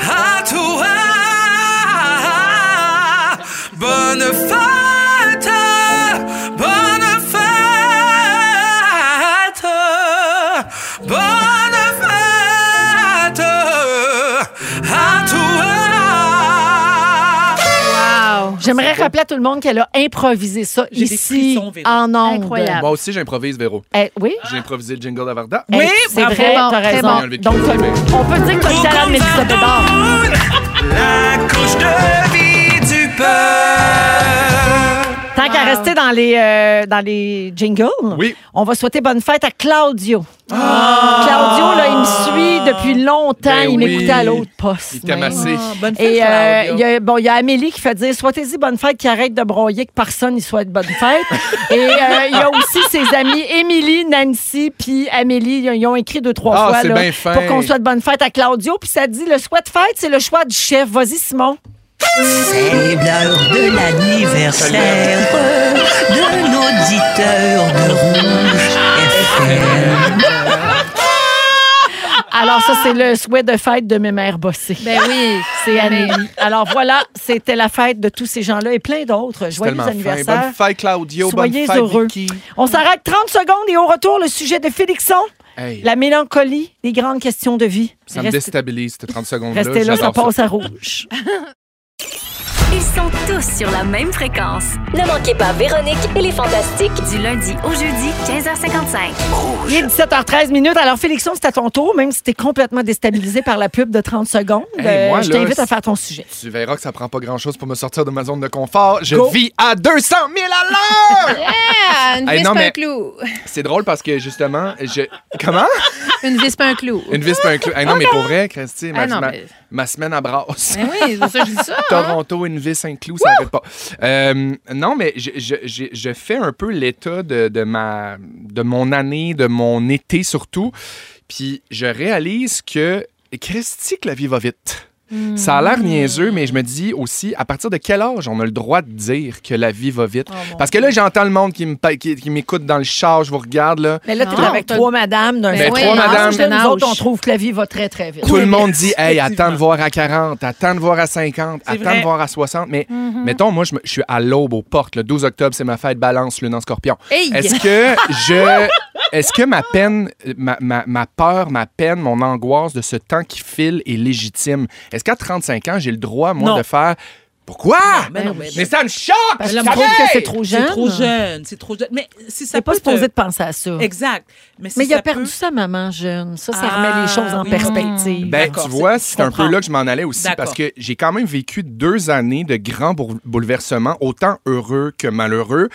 G: à toi. Bonne fête. Bonne fête. Bonne fête.
A: J'aimerais rappeler à tout le monde qu'elle a improvisé ça
C: J'ai des
A: ici, en ondes.
C: Moi aussi, j'improvise, Véro.
A: Eh, ben, oui.
C: J'ai improvisé le jingle d'Avarda.
A: Eh, c'est vrai, t'as raison. Donc, on peut dire que t'as le talent de Mélissa Bédard.
G: La couche de vie du peuple.
A: Tant qu'à rester dans les, euh, dans les jingles, on va souhaiter bonne fête à Claudio. Claudio, là, il me suit depuis longtemps.
C: Ben
A: il m'écoutait à
C: oui.
A: l'autre poste.
C: Il t'a massé. Ah, bonne fête,
A: Et euh,
C: Claudio.
A: il y a, bon, il y a Amélie qui fait dire Souhaitez-y bonne fête, qui arrête de broyer, que personne ne souhaite bonne fête. Et euh, il y a aussi ses amis Émilie, Nancy, puis Amélie. Ils ont- Ils ont écrit deux, trois
C: Ah,
A: fois
C: c'est
A: là,
C: bien fin.
A: pour qu'on souhaite bonne fête à Claudio. Puis ça dit Le souhait de fête, c'est le choix du chef. Vas-y, Simon.
N: C'est l'heure de l'anniversaire de l'auditeur de Rouge FM.
A: Alors, ça, c'est le souhait de fête de mes mères bossées. Ben oui, c'est Amélie. Ben, Alors, voilà, c'était la fête de tous ces gens-là et plein d'autres. Joyeux
C: tellement fin.
A: anniversaire.
C: Bonne fête, Claudio. Bonne
A: Soyez
C: fête,
A: heureux.
C: Vicky.
A: On s'arrête 30 secondes et au retour, le sujet de Félixon.
C: Hey.
A: La mélancolie, les grandes questions de vie.
C: Ça me
A: Restez-
C: déstabilise, ces 30 secondes-là.
A: Restez là, ça
C: J'adore
A: passe à rouge.
E: Ils sont tous sur la même fréquence. Ne manquez pas Véronique et les Fantastiques du lundi au jeudi 15h55.
A: Il est 17h13 minutes. Alors, Félixon, c'est à ton tour, même si t'es complètement déstabilisé par la pub de 30 secondes.
C: Hey,
A: Euh,
C: moi,
A: je
C: là,
A: t'invite à
C: c'est-
A: faire ton sujet.
C: Tu verras que ça prend pas grand-chose pour me sortir de ma zone de confort. Je
A: Go.
C: vis à 200 000 à l'heure!
B: Yeah! Une
C: Hey,
B: vis
C: non,
B: pas
C: mais-
B: un clou.
C: C'est drôle parce que, justement, je... Comment?
B: Une vis pas un clou.
C: Une vis pas un clou. Hey, non, mais pour vrai, Christy, ma,
B: Ah, non,
C: ma-
B: mais-
C: ma semaine à brasse.
B: Ben oui, c'est pour ça que je dis ça, hein.
C: Toronto, une vis, un clou, ça n'arrête pas. Euh, non, mais je, je- je- je fais un peu l'état de, de ma, de mon année, de mon été surtout. Puis je réalise que, Christy, que la vie va vite. Ça a l'air niaiseux, mais je me dis aussi à partir de quel âge on a le droit de dire que la vie va vite. Parce que là, j'entends le monde qui me pa- qui, qui m'écoute dans le char, je vous regarde. Là.
A: Mais là, t'es
C: Non.
A: avec trois madames d'un
C: Ben
A: certain
C: oui,
A: âge.
C: trois madames.
A: Là, Nous autres,
C: Âge.
A: on trouve que la vie va très, très vite.
C: Tout le monde dit, hey, attends de voir à 40, attends de voir à 50,
A: C'est
C: attends
A: vrai.
C: de voir à 60. Mais
A: Mhm.
C: mettons, moi, je, me- je suis à l'aube aux portes. Le 12 octobre, c'est ma fête balance, lune en scorpion.
G: Hey!
C: Est-ce que je. Est-ce que ma peine, ma, ma- ma peur, ma peine, mon angoisse de ce temps qui file est légitime? Est-ce qu'à 35 ans, j'ai le droit, moi,
D: Non.
C: de faire. Pourquoi?
D: mais non, mais-
C: ça me choque!
A: Ben,
D: Parce
C: je
D: que je trouve
C: savais!
D: que c'est trop jeune. C'est trop jeune, c'est trop jeune. Mais si ça
A: T'es pas
D: peut te-
A: supposé de penser à ça.
D: Exact. Mais, si
A: Mais il
D: ça
A: a perdu
D: peut-
A: sa maman jeune. Ça, ça
D: Ah,
A: remet les choses en
D: oui.
A: perspective.
C: Ben, tu vois, c'est un peu
D: comprends.
C: là que je m'en allais aussi
D: D'accord.
C: parce que j'ai quand même vécu deux années de grands bour- bouleversements, autant heureux que malheureux.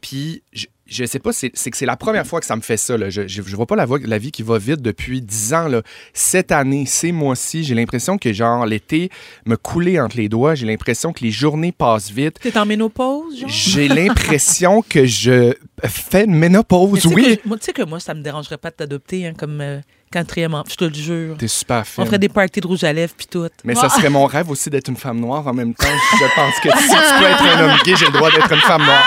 C: Puis, je, je sais pas, c'est c'est que c'est la première fois que ça me fait ça. là. Je, je, je vois pas la, voie- la vie qui va vite depuis dix ans. Là. Cette année, ces mois-ci, j'ai l'impression que, genre, l'été me coulait entre les doigts. J'ai l'impression que les journées passent vite.
D: T'es en ménopause, genre?
C: J'ai l'impression que je fais une ménopause.
D: Tu sais
C: Oui!
D: que- moi, tu sais que moi, ça me dérangerait pas de t'adopter hein, comme euh, quatrième enfant. Je te le jure.
C: T'es super
D: On
C: fine.
D: ferait des parties de rouge à lèvres puis tout.
C: Mais ça serait mon rêve aussi d'être une femme noire en même temps. Je pense que si tu peux être un homme gay, j'ai le droit d'être une femme noire.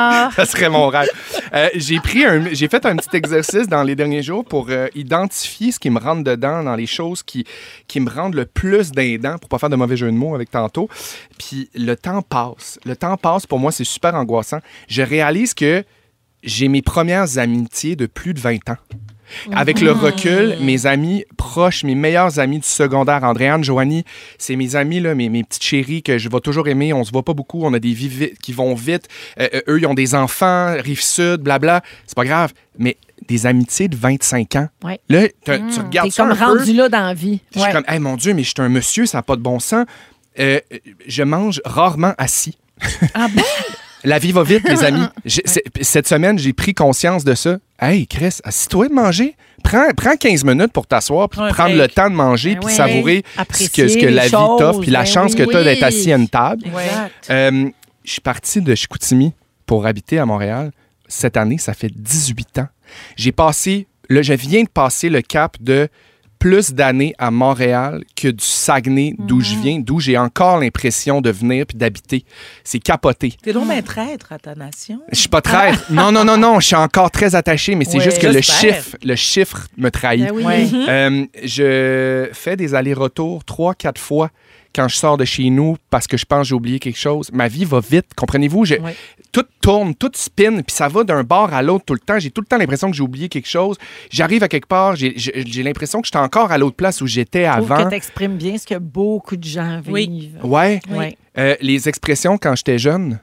G: Ah.
C: Ça serait mon rêve. Euh, j'ai pris un, j'ai fait un petit exercice dans les derniers jours pour euh, identifier ce qui me rentre dedans, dans les choses qui, qui me rendent le plus dents pour pas faire de mauvais jeu de mots avec tantôt. Puis le temps passe. Le temps passe. Pour moi, c'est super angoissant. Je réalise que j'ai mes premières amitiés de plus de 20 ans. Mm-hmm. Avec le recul,
A: Mm-hmm.
C: mes amis proches, mes meilleurs amis du secondaire, Andréane, Joanie, c'est mes amis, là, mes, mes petites chéries que je vais toujours aimer. On se voit pas beaucoup. On a des vies vi- qui vont vite. Euh, euh, eux, ils ont des enfants, Rive-Sud, blabla. C'est pas grave. Mais des amitiés de 25 ans.
A: Ouais.
C: Là, t'as-
A: Mmh.
C: tu regardes
A: T'es
C: ça
A: comme
C: un peu.
A: rendu là dans la vie.
C: Puis Je suis
A: Ouais.
C: comme, hey, mon Dieu, mais je suis un monsieur, ça n'a pas de bon sens. Euh, je mange rarement assis.
D: Ah bon?
C: La vie va vite, les amis. J'ai- c'est- Cette semaine, j'ai pris conscience de ça. Hey, Chris, assis-toi de manger. Prends, prends 15 minutes pour t'asseoir, puis
D: Prends un
C: prendre le
D: break.
C: temps de manger,
D: Ben
C: puis
D: oui.
C: savourer ce que,
D: Apprécier
C: ce que
D: les
C: la vie
D: choses,
C: t'offre, puis la
D: ben
C: chance que
D: oui.
C: tu as d'être assis à une table.
D: Exact.
C: Euh, je suis parti de Chicoutimi pour habiter à Montréal. Cette année, ça fait 18 ans. J'ai passé, là, je viens de passer le cap de plus d'années à Montréal que du Saguenay, d'où
D: Mm-hmm.
C: je viens, d'où j'ai encore l'impression de venir puis d'habiter. C'est capoté.
D: T'es
A: Ah.
D: donc bien traître à ta nation.
C: Je suis pas traître. Non, non, non, non. Je suis encore très attaché, mais c'est
D: Ouais.
C: juste que le
D: J'espère.
C: chiffre, le chiffre me trahit.
D: Ben oui. Ouais.
C: Euh, je fais des allers-retours trois, quatre fois. quand je sors de chez nous parce que je pense que j'ai oublié quelque chose. Ma vie va vite, comprenez-vous? Je- Tout tourne, tout spin, puis ça va d'un bord à l'autre tout le temps. J'ai tout le temps l'impression que j'ai oublié quelque chose. J'arrive à quelque part, j'ai- j'ai j'ai l'impression que j'étais encore à l'autre place où j'étais
A: Je trouve
C: avant.
A: que tu exprimes bien ce que beaucoup de gens vivent.
C: Oui. Ouais.
A: Oui.
C: Euh, les expressions quand j'étais jeune.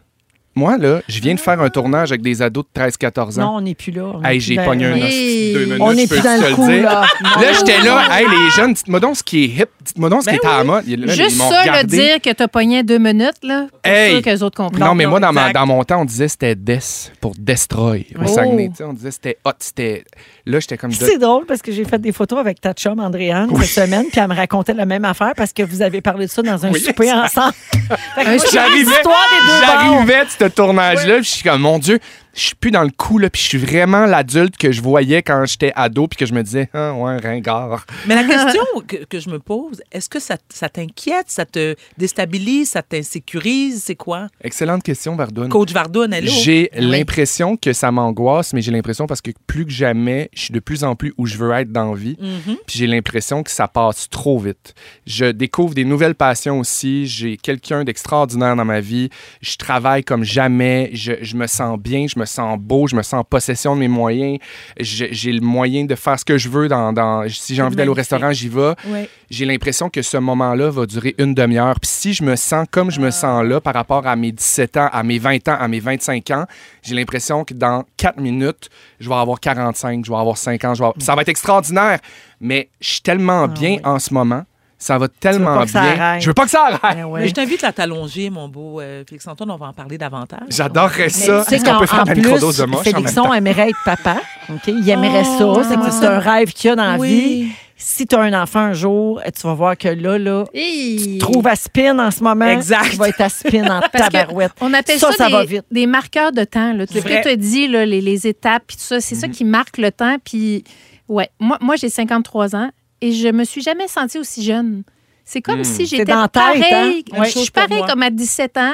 C: Moi, là, je viens de faire un tournage avec des ados de 13-14
A: Non,
C: ans.
A: on n'est plus là. on
C: Hey,
A: est
C: j'ai
A: plus dans-
C: pogné un hostie de deux minutes,
A: On
C: je
A: n'est
C: peux
A: plus dans
C: te
A: le
C: le
A: coup,
C: dire.
A: là. Ah,
C: Là, j'étais là, hey, les jeunes, dites-moi donc ce qui est hip, dites-moi donc ce
A: Ben
C: qui est à la mode. Là, ils
B: Juste
C: m'ont
B: ça, le
C: regardé.
B: dire que t'as pogné deux minutes, là, pour
C: Hey!
B: sûr que les autres comprennent.
C: Non, mais moi, dans, ma- dans mon temps, on disait c'était Death pour Destroy au
A: Oh.
C: Saguenay. Tu sais, on disait c'était hot, c'était. Là, j'étais comme.
A: C'est drôle parce que j'ai fait des photos avec ta chum, Andréane, cette semaine, puis elle me racontait la même affaire parce que vous avez parlé de ça dans un
C: Oui,
A: souper ensemble. Fait que moi, j'ai
C: J'arrivais,
A: l'histoire des deux bords.
C: j'arrivais de ce tournage-là, puis je suis comme, mon Dieu, je suis plus dans le coup, là, puis je suis vraiment l'adulte que je voyais quand j'étais ado, puis que je me disais, ah, ouais, ringard.
D: Mais la question que, que je me pose, est-ce que ça, ça t'inquiète, ça te déstabilise, ça t'insécurise, c'est quoi?
C: Excellente question, Vardoune.
D: Coach Vardoune, allô?
C: J'ai
D: Ah Oui.
C: l'impression que ça m'angoisse, mais j'ai l'impression parce que plus que jamais, je suis de plus en plus où je veux être dans la vie.
D: Mhm.
C: Puis j'ai l'impression que ça passe trop vite. Je découvre des nouvelles passions aussi. J'ai quelqu'un d'extraordinaire dans ma vie. Je travaille comme jamais. Je, je me sens bien, je me sens beau, je me sens en possession de mes moyens. Je- J'ai le moyen de faire ce que je veux. Dans, dans- si j'ai envie d'aller au
D: magnifique.
C: restaurant, j'y vais.
D: Oui.
C: J'ai l'impression que ce moment-là va durer une demi-heure. Puis si je me sens comme
A: Ah.
C: je me sens là par rapport à mes 17 ans, à mes 20 ans, à mes 25 ans, j'ai l'impression que dans 4 minutes, je vais avoir 45, je vais avoir 5 ans. Je vais
A: Mm.
C: avoir- Ça va être extraordinaire, mais je suis
A: Ah,
C: tellement bien en ce moment. Ça va tellement
D: pas que ça
C: bien.
D: arrête.
C: Je veux pas que
A: Ben
C: ça arrête.
D: Mais je t'invite à t'allonger, mon beau euh, Félix-Antoine, on va en parler davantage.
C: J'adorerais
A: Mais
C: ça.
A: tu sais
C: Est-ce qu'on
A: qu'en-
C: peut faire
A: en
C: la
A: plus,
C: microdose de moche en même
A: Félixon
C: temps?
A: aimerait être papa. OK? Il aimerait
D: Oh,
A: ça. C'est que c'est
D: ah.
A: un rêve qu'il a dans la
D: Oui.
A: vie. Si tu as un enfant un jour, tu vas voir que là, là, tu te trouves à spin en ce moment.
D: Exact.
A: Tu vas être à spin en
B: Parce que
A: tabarouette.
B: On appelle ça,
A: ça, ça
B: des,
A: va vite.
B: des marqueurs de temps. Là. Tout
A: C'est
B: ce
A: vrai.
B: que tu as dit, là, les, les étapes, puis tout ça, c'est
C: Mhm.
B: ça qui marque le temps. Puis, ouais, moi, moi j'ai 53 ans et je me suis jamais sentie aussi jeune. C'est comme
C: Hmm.
D: Mm.
B: si
D: C'est
B: j'étais
D: dans la tête,
B: pareil.
D: hein? Ouais.
B: Je suis
D: Chose pour
B: pareil
D: moi.
B: comme à 17 ans,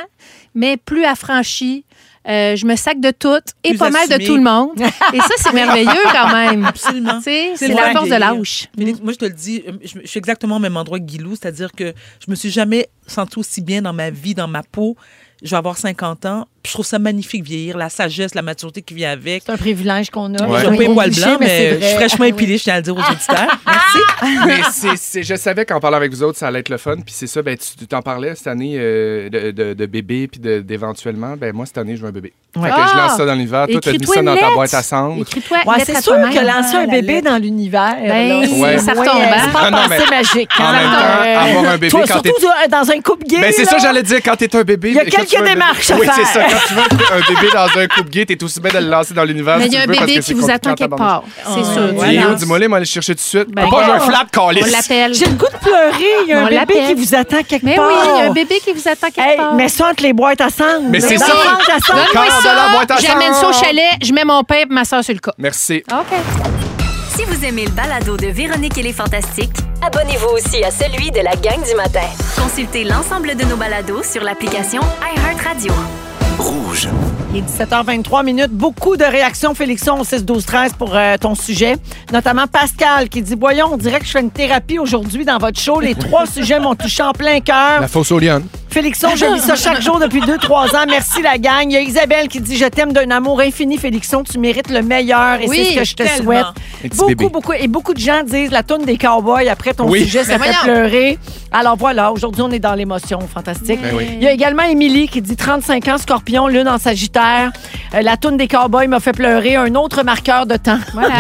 B: mais plus affranchie. Euh, je me sac de tout et
D: Plus
B: pas mal de
D: assumée.
B: tout le monde. Et ça, c'est merveilleux quand même.
D: Absolument.
B: Tu sais, C'est la force de l'âge.
D: Félix, moi, je te le dis, euh, je, je suis exactement au même endroit que Guilou, c'est-à-dire que je me suis jamais sentie aussi bien dans ma vie, dans ma peau. Je vais avoir 50 ans. puis Je trouve ça magnifique vieillir, la sagesse, la maturité qui vient avec.
A: C'est un privilège qu'on a.
C: Ouais.
D: Je n'ai pas les poils
C: Cliché,
D: blancs,
C: mais c'est
D: mais, je
C: vrai.
D: suis fraîchement
C: Ah oui.
D: épilée, je tiens à le dire aux auditeurs.
C: Mais c'est- c'est- je savais qu'en parlant avec vous autres, ça allait être le fun. Puis c'est ça, ben, tu tu t'en parlais cette année euh, de, de- de bébé, puis de- d'éventuellement. Ben, moi, cette année, je veux un bébé. Fait
A: Ouais. Ah!
C: que je lance ça dans l'univers. Toi, t'as mis
A: Écris-toi
C: ça
A: une
C: dans ta
A: lettre.
C: boîte à cendre.
A: Ouais, c'est sûr que lancer un bébé dans l'univers,
B: Ben,
A: là,
C: Ouais.
A: c'est
C: ça
A: moins- euh,
C: retombe, hein?
A: C'est pas
C: Non, non, mais
A: pensée magique.
C: en
A: hein.
C: même temps, avoir un bébé
A: Toi,
C: quand
A: surtout euh, dans un couple gay.
C: Ben, c'est
A: là.
C: ça, j'allais dire, quand t'es un bébé.
A: Il y a
C: quand
A: quelques
C: tu veux un bébé-
A: démarches à
C: Oui, c'est ça.
A: faire.
C: Quand tu veux un bébé dans un couple gay, t'es aussi bien de le lancer dans l'univers.
B: Mais
C: Ah, si
B: il y
C: tu
B: a un
C: veux, parce
B: bébé
C: que
B: qui
C: c'est
B: vous
C: compliqué
B: attend
C: en
B: quelque part.
C: tabarnouche.
B: C'est sûr.
C: Il est où? Dis-moi, là, moi, aller le chercher tout de suite.
A: Ben
C: T'as pas, j'ai un flap,
B: On
C: calice.
B: l'appelle.
A: J'ai le goût de pleurer. Il y a
B: On
A: un bébé
B: l'appelle.
A: qui vous attend quelque
B: Mais
A: part.
B: Ben oui, il y a un bébé qui vous attend quelque part.
A: Mais ça entre les boîtes à cendres.
C: Mais c'est
A: Dans
C: ça.
A: la boîte à cendres.
B: Donne-moi
C: Encore de la boîte à
B: ça. J'amène ça au
C: cendres.
B: chalet, je mets mon pain et ma soeur sur le cas.
C: Merci.
E: Si vous aimez le balado de Véronique et les Fantastiques,
F: Abonnez-vous aussi à celui de la gang du matin.
E: consultez l'ensemble de nos balados sur l'application iHeartRadio.
A: Rouge. Il est 17h23 minutes. Beaucoup de réactions, Félixon, au 6 12 13 pour euh, ton sujet. Notamment Pascal qui dit Voyons, on dirait que je fais une thérapie aujourd'hui dans votre show. Les trois sujets m'ont touché en plein cœur.
C: La fausse au lion.
A: Félixon, je lis ça chaque jour depuis 2-3 ans. Merci la gang. Il y a Isabelle qui dit Je t'aime d'un amour infini, Félixon. Tu mérites le meilleur et
B: Oui,
A: c'est ce que je te
B: tellement.
C: Un
A: souhaite.
C: petit
A: Beaucoup,
C: bébé.
A: beaucoup. Et beaucoup de gens disent La toune des cowboys après ton
C: Oui.
A: sujet, ça
C: Mais
A: fait
C: voyons.
A: pleurer. Alors voilà, aujourd'hui, on est dans l'émotion. Fantastique.
C: Ben oui.
A: Il y a également Émilie qui dit 35 ans, scorpion, lune en sagittaire. Euh, la toune des cowboys m'a fait pleurer. Un autre marqueur de temps. Voilà.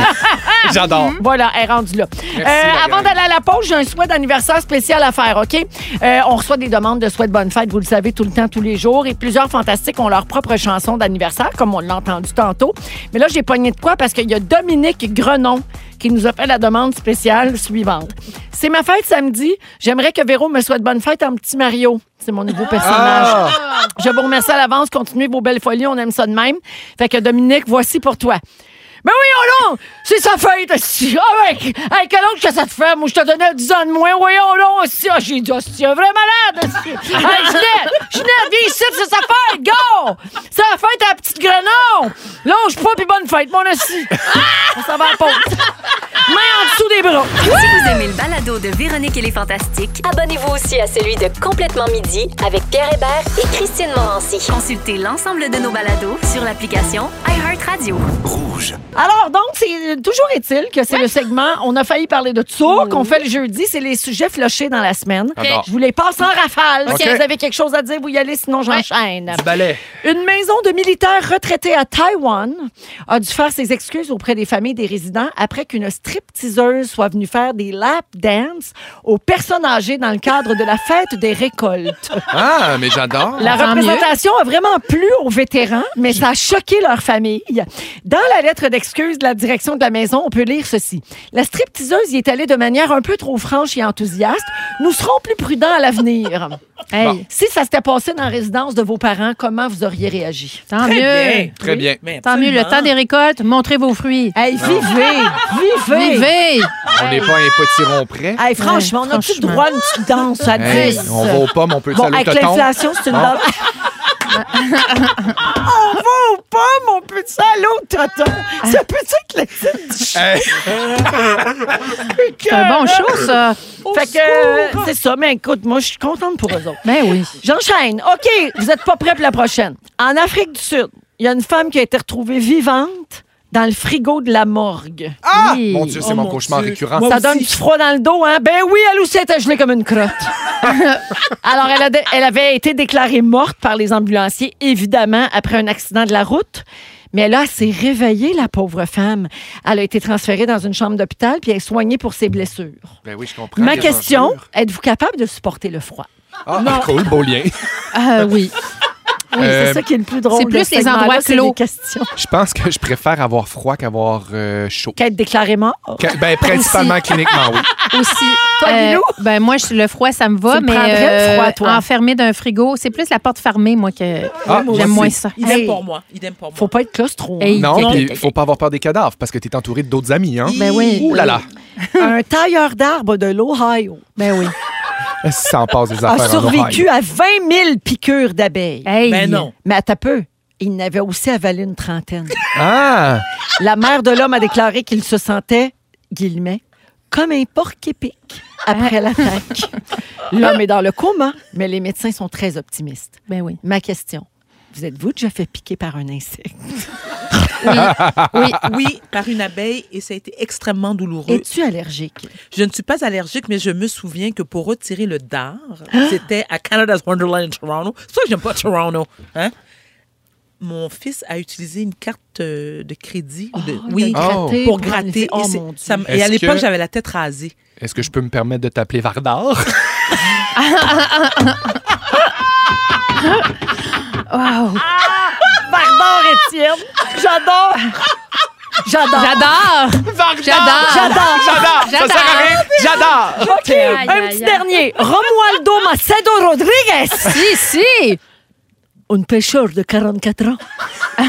C: J'adore.
A: Voilà, elle est rendue là.
C: Merci,
A: Euh,
C: la
A: avant
C: gang.
A: d'aller à la pause, j'ai un souhait d'anniversaire spécial à faire, OK? Euh, on reçoit des demandes de souhaits de bonne fête, vous le savez, tout le temps, tous les jours. Et plusieurs fantastiques ont leur propre chanson d'anniversaire, comme on l'a entendu tantôt. Mais là, j'ai pogné de quoi parce qu'il y a Dominique Grenon qui nous a fait la demande spéciale suivante. C'est ma fête samedi. J'aimerais que Véro me souhaite bonne fête en petit Mario. C'est mon nouveau personnage.
L: Ah!
A: Je vous remercie à l'avance. Continuez vos belles folies. On aime ça de même. Fait que Dominique, voici pour toi. Ben oui, on C'est sa fête, aussi. Ah ouais! Hey, quel oncle que ça te fait? Moi, je te donnais 10 ans de moins. Voyons donc, aussi. Ah, j'ai dit, aussi, un vrai malade, aussi. Hey, Ginette! Ginette, viens ici, c'est sa fête, go! C'est la fête à la petite grenon! Longe pas, puis bonne fête, mon aussi. On s'en va à la pause. Main en dessous des bras.
E: Si vous aimez le balado balado de Véronique et les Fantastiques.
F: Abonnez-vous aussi à celui de Complètement Midi avec Pierre Hébert et Christine Morancy.
E: Consultez l'ensemble de nos balados sur l'application iHeartRadio. Rouge.
A: Alors, donc, c'est euh, toujours est-il que c'est le segment, on a failli parler de tour qu'on fait le jeudi, c'est les sujets flochés dans la semaine.
C: J'adore.
A: Je vous les passe en rafale.
C: OK.
A: Si vous avez quelque chose hein, à dire, vous y allez, sinon j'enchaîne.
C: Du ballet.
A: Une maison de militaires retraités à Taïwan a dû faire ses excuses auprès des familles des résidents après qu'une stripteaseuse soit venue faire des lap dance aux personnes âgées dans le cadre de la fête des récoltes.
C: Ah, mais j'adore.
A: La représentation a vraiment plu aux vétérans, mais ça a choqué leur famille. Dans la lettre d'excuse de la direction de la maison, on peut lire ceci. La stripteaseuse y est allée de manière un peu trop franche et enthousiaste. Nous serons plus prudents à l'avenir. Hey,
C: Bon.
A: Si ça s'était passé dans la résidence de vos parents, comment vous auriez réagi?
B: Tant Très mieux. bien.
C: Très bien.
B: Tant mieux, le temps des récoltes, montrez vos fruits.
A: Hey,
C: Non.
A: vivez!
B: Vivez!
C: On n'est pas un potiron près.
A: Hey, franchement, on a-tu le droit à une petite danse à
C: Hey,
A: 10?
C: on va aux pommes, on peut
A: Bon,
C: saluer
A: avec
C: le toton.
A: l'inflation, c'est une
C: Bon.
A: danse. on va aux pommes, on peut ça à l'autre toton. Ça peut-tu te laisser du
C: Hey.
A: C'est
B: un bon show, ça.
A: fait que, euh, c'est ça. Mais écoute, moi, je suis contente pour eux autres.
B: Ben oui.
A: J'enchaîne. OK, vous n'êtes pas prêts pour la prochaine. En Afrique du Sud, il y a une femme qui a été retrouvée vivante dans le frigo de la morgue.
C: Ah! Mon Dieu, c'est mon cauchemar récurrent.
A: Ça donne du froid dans le dos, hein? Ben oui, elle aussi était gelée comme une crotte. Alors, elle, a dé- elle avait été déclarée morte par les ambulanciers, évidemment, après un accident de la route. Mais là, elle s'est réveillée, la pauvre femme. Elle a été transférée dans une chambre d'hôpital puis elle est soignée pour ses blessures.
C: Ben oui, je comprends.
A: Ma
C: Bien sûr.
A: question, êtes-vous capable de supporter le froid?
C: Ah,
A: Non.
C: cool, beau lien.
B: Ah oui.
A: Oui,
C: Euh,
A: c'est ça qui est le plus drôle.
B: c'est plus
A: de
B: les
A: ce segment-là,
B: endroits
A: c'est
B: clos.
A: les questions.
C: Je pense que je préfère avoir froid qu'avoir euh, chaud.
A: Qu'être déclaré mort.
C: Que- ben, principalement
B: Aussi.
C: cliniquement, oui.
B: Aussi.
A: Toi, Guilou?
B: ben moi, je- le froid, ça me va,
A: Tu le
B: mais euh,
A: prendrais, le froid, toi?
B: enfermé d'un frigo, c'est plus la porte fermée, moi, que
C: Ah, moi
B: j'aime
C: aussi.
B: moins ça.
D: Il aime pour moi. Il aime pour moi.
A: Faut pas être claustro. hein.
C: non, puis faut pas avoir peur des cadavres parce que t'es entouré d'autres amis, hein.
A: Ben oui.
C: Ouh là là,
A: Un tailleur d'arbres de l'Ohio.
B: Ben oui.
C: ça en passe des
A: a
C: affaires. en
A: survécu
C: Ohio.
A: à 20 000 piqûres d'abeilles.
B: Eh
C: Ben non.
A: Mais à peu. Il n'avait aussi avalé une trentaine.
C: Ah,
A: La mère de l'homme a déclaré qu'il se sentait, guillemets, comme un porc épic après l'attaque. L'homme est dans le coma, mais les médecins sont très optimistes.
B: Ben oui.
A: Ma question, vous êtes-vous déjà fait piquer par un insecte?
D: Oui, oui, par une abeille et ça a été extrêmement douloureux.
A: Es-tu allergique?
D: Je ne suis pas allergique, mais je me souviens que pour retirer le dard,
A: Ah!
D: c'était à Canada's Wonderland in Toronto. C'est ça que j'aime pas Toronto. Hein? Mon fils a utilisé une carte euh, de crédit ou de-
A: Oh,
D: oui,
A: de gratter
D: pour
A: pour enlever-
D: gratter.
A: oh,
D: et, c'est-
A: mon Dieu.
D: ça me- et à
C: Est-ce
D: l'époque,
C: que-
D: j'avais la tête rasée.
C: est-ce que je peux me permettre de t'appeler Vardar?
B: Wow.
A: Barbare Étienne, j'adore! J'adore!
B: J'adore! J'adore!
A: J'adore!
C: J'adore! Ça sert à rien! J'adore!
A: OK, un petit dernier. Romualdo Macedo Rodriguez,
B: Si, si!
A: un pêcheur de 44 ans,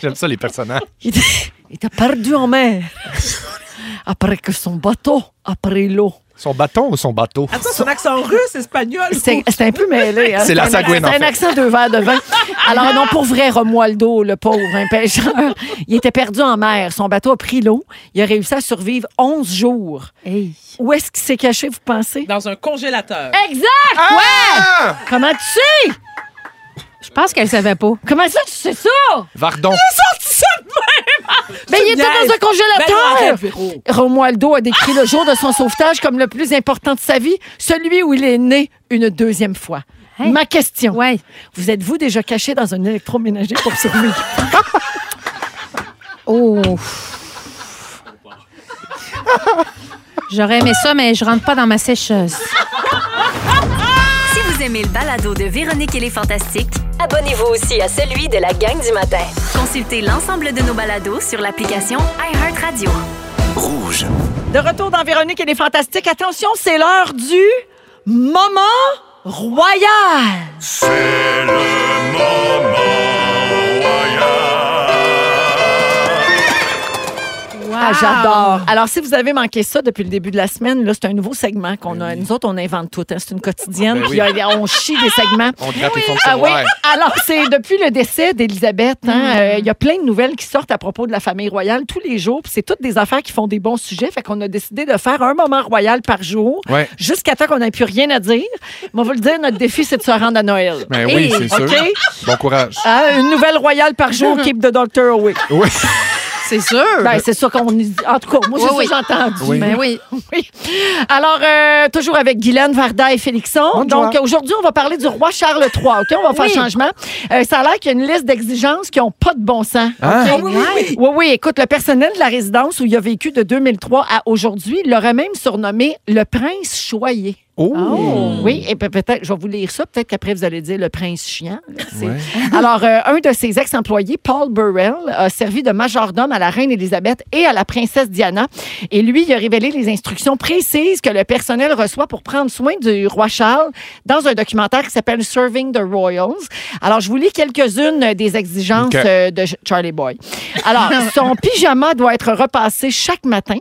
C: J'aime ça, les personnages.
A: il était, il était perdu en mer après que son bateau a pris l'eau.
C: Son bâton ou son bateau?
D: Attends, son accent russe, espagnol.
A: C'est c'est un peu mêlé. hein.
C: C'est la
A: un-
C: sagouine, en
A: C'est un
C: fait.
A: accent de verre de vin. Alors, non, pour vrai, Romualdo, le pauvre, un pêcheur, il était perdu en mer. Son bateau a pris l'eau. Il a réussi à survivre 11 jours.
B: Hey.
A: Où est-ce qu'il s'est caché, vous pensez?
D: Dans un congélateur.
A: Exact! Ouais! Comment tu sais?
B: Je pense qu'elle savait pas.
A: Comment ça, tu sais ça?
C: Vardon.
A: Ben, il était dans un
D: Ben,
A: congélateur!
D: arrête, Véro.
A: Romualdo a décrit le jour de son sauvetage comme le plus important de sa vie, celui où il est né une deuxième fois.
B: Hey.
A: Ma question.
B: Hein? Ouais.
A: Vous êtes-vous déjà caché dans un électroménager pour survivre?
B: Oh. J'aurais aimé ça, mais je rentre pas dans ma sécheuse.
E: Si vous aimez le balado de Véronique et les Fantastiques,
F: Abonnez-vous aussi à celui de la gang du matin.
E: consultez l'ensemble de nos balados sur l'application iHeartRadio.
A: De retour dans Véronique et les Fantastiques. Attention, c'est l'heure du moment royal.
B: Wow.
A: Ah, j'adore. Alors, si vous avez manqué ça depuis le début de la semaine, là, c'est un nouveau segment qu'on a. Nous autres, on invente tout. hein. C'est une quotidienne.
C: Ben oui.
A: puis euh, on chie des segments.
C: On gratte les fonds de
A: Ah oui.
C: tiroir.
A: Alors, c'est depuis le décès d'Élisabeth. hein,
C: Mm.
A: euh, Il y a plein de nouvelles qui sortent à propos de la famille royale tous les jours. Puis c'est toutes des affaires qui font des bons sujets. Fait qu'on a décidé de faire un moment royal par jour
C: Ouais.
A: jusqu'à temps qu'on n'ait plus rien à dire. Mais on va le dire, notre défi, c'est de se rendre à Noël.
C: Ben oui,
A: Et-
C: c'est sûr.
A: OK?
C: Bon courage.
A: Ah, une nouvelle royale par jour, keep the doctor away.
C: Oui.
A: C'est sûr. Ben, c'est sûr qu'on. y- En tout cas, moi, c'est
B: Oui,
A: ça que j'ai entendu.
B: oui. Ben oui.
A: Oui. Alors, euh, toujours avec Guylaine, Varda et Félixon. Donc, aujourd'hui, on va parler du roi Charles III. OK? On va faire
I: Oui.
A: changement. Euh, ça a l'air qu'il y a une liste d'exigences qui n'ont pas de bon sens. OK?
I: Ah.
C: Hein?
I: Ah oui, oui, oui.
A: oui, oui. Écoute, le personnel de la résidence où il a vécu de 2003 à aujourd'hui l'aurait même surnommé le prince choyé.
C: Oh.
A: Oui, et pe- peut-être, je vais vous lire ça. Peut-être qu'après, vous allez dire le prince chiant. là, tu sais.
C: Ouais.
A: Alors, euh, un de ses ex-employés, Paul Burrell, a servi de majordome à la reine Élisabeth et à la princesse Diana. Et lui, il a révélé les instructions précises que le personnel reçoit pour prendre soin du roi Charles dans un documentaire qui s'appelle Serving the Royals. Alors, je vous lis quelques-unes des exigences
I: OK.
A: euh, de Ch- Charlie Boy. Alors, son pyjama doit être repassé chaque matin.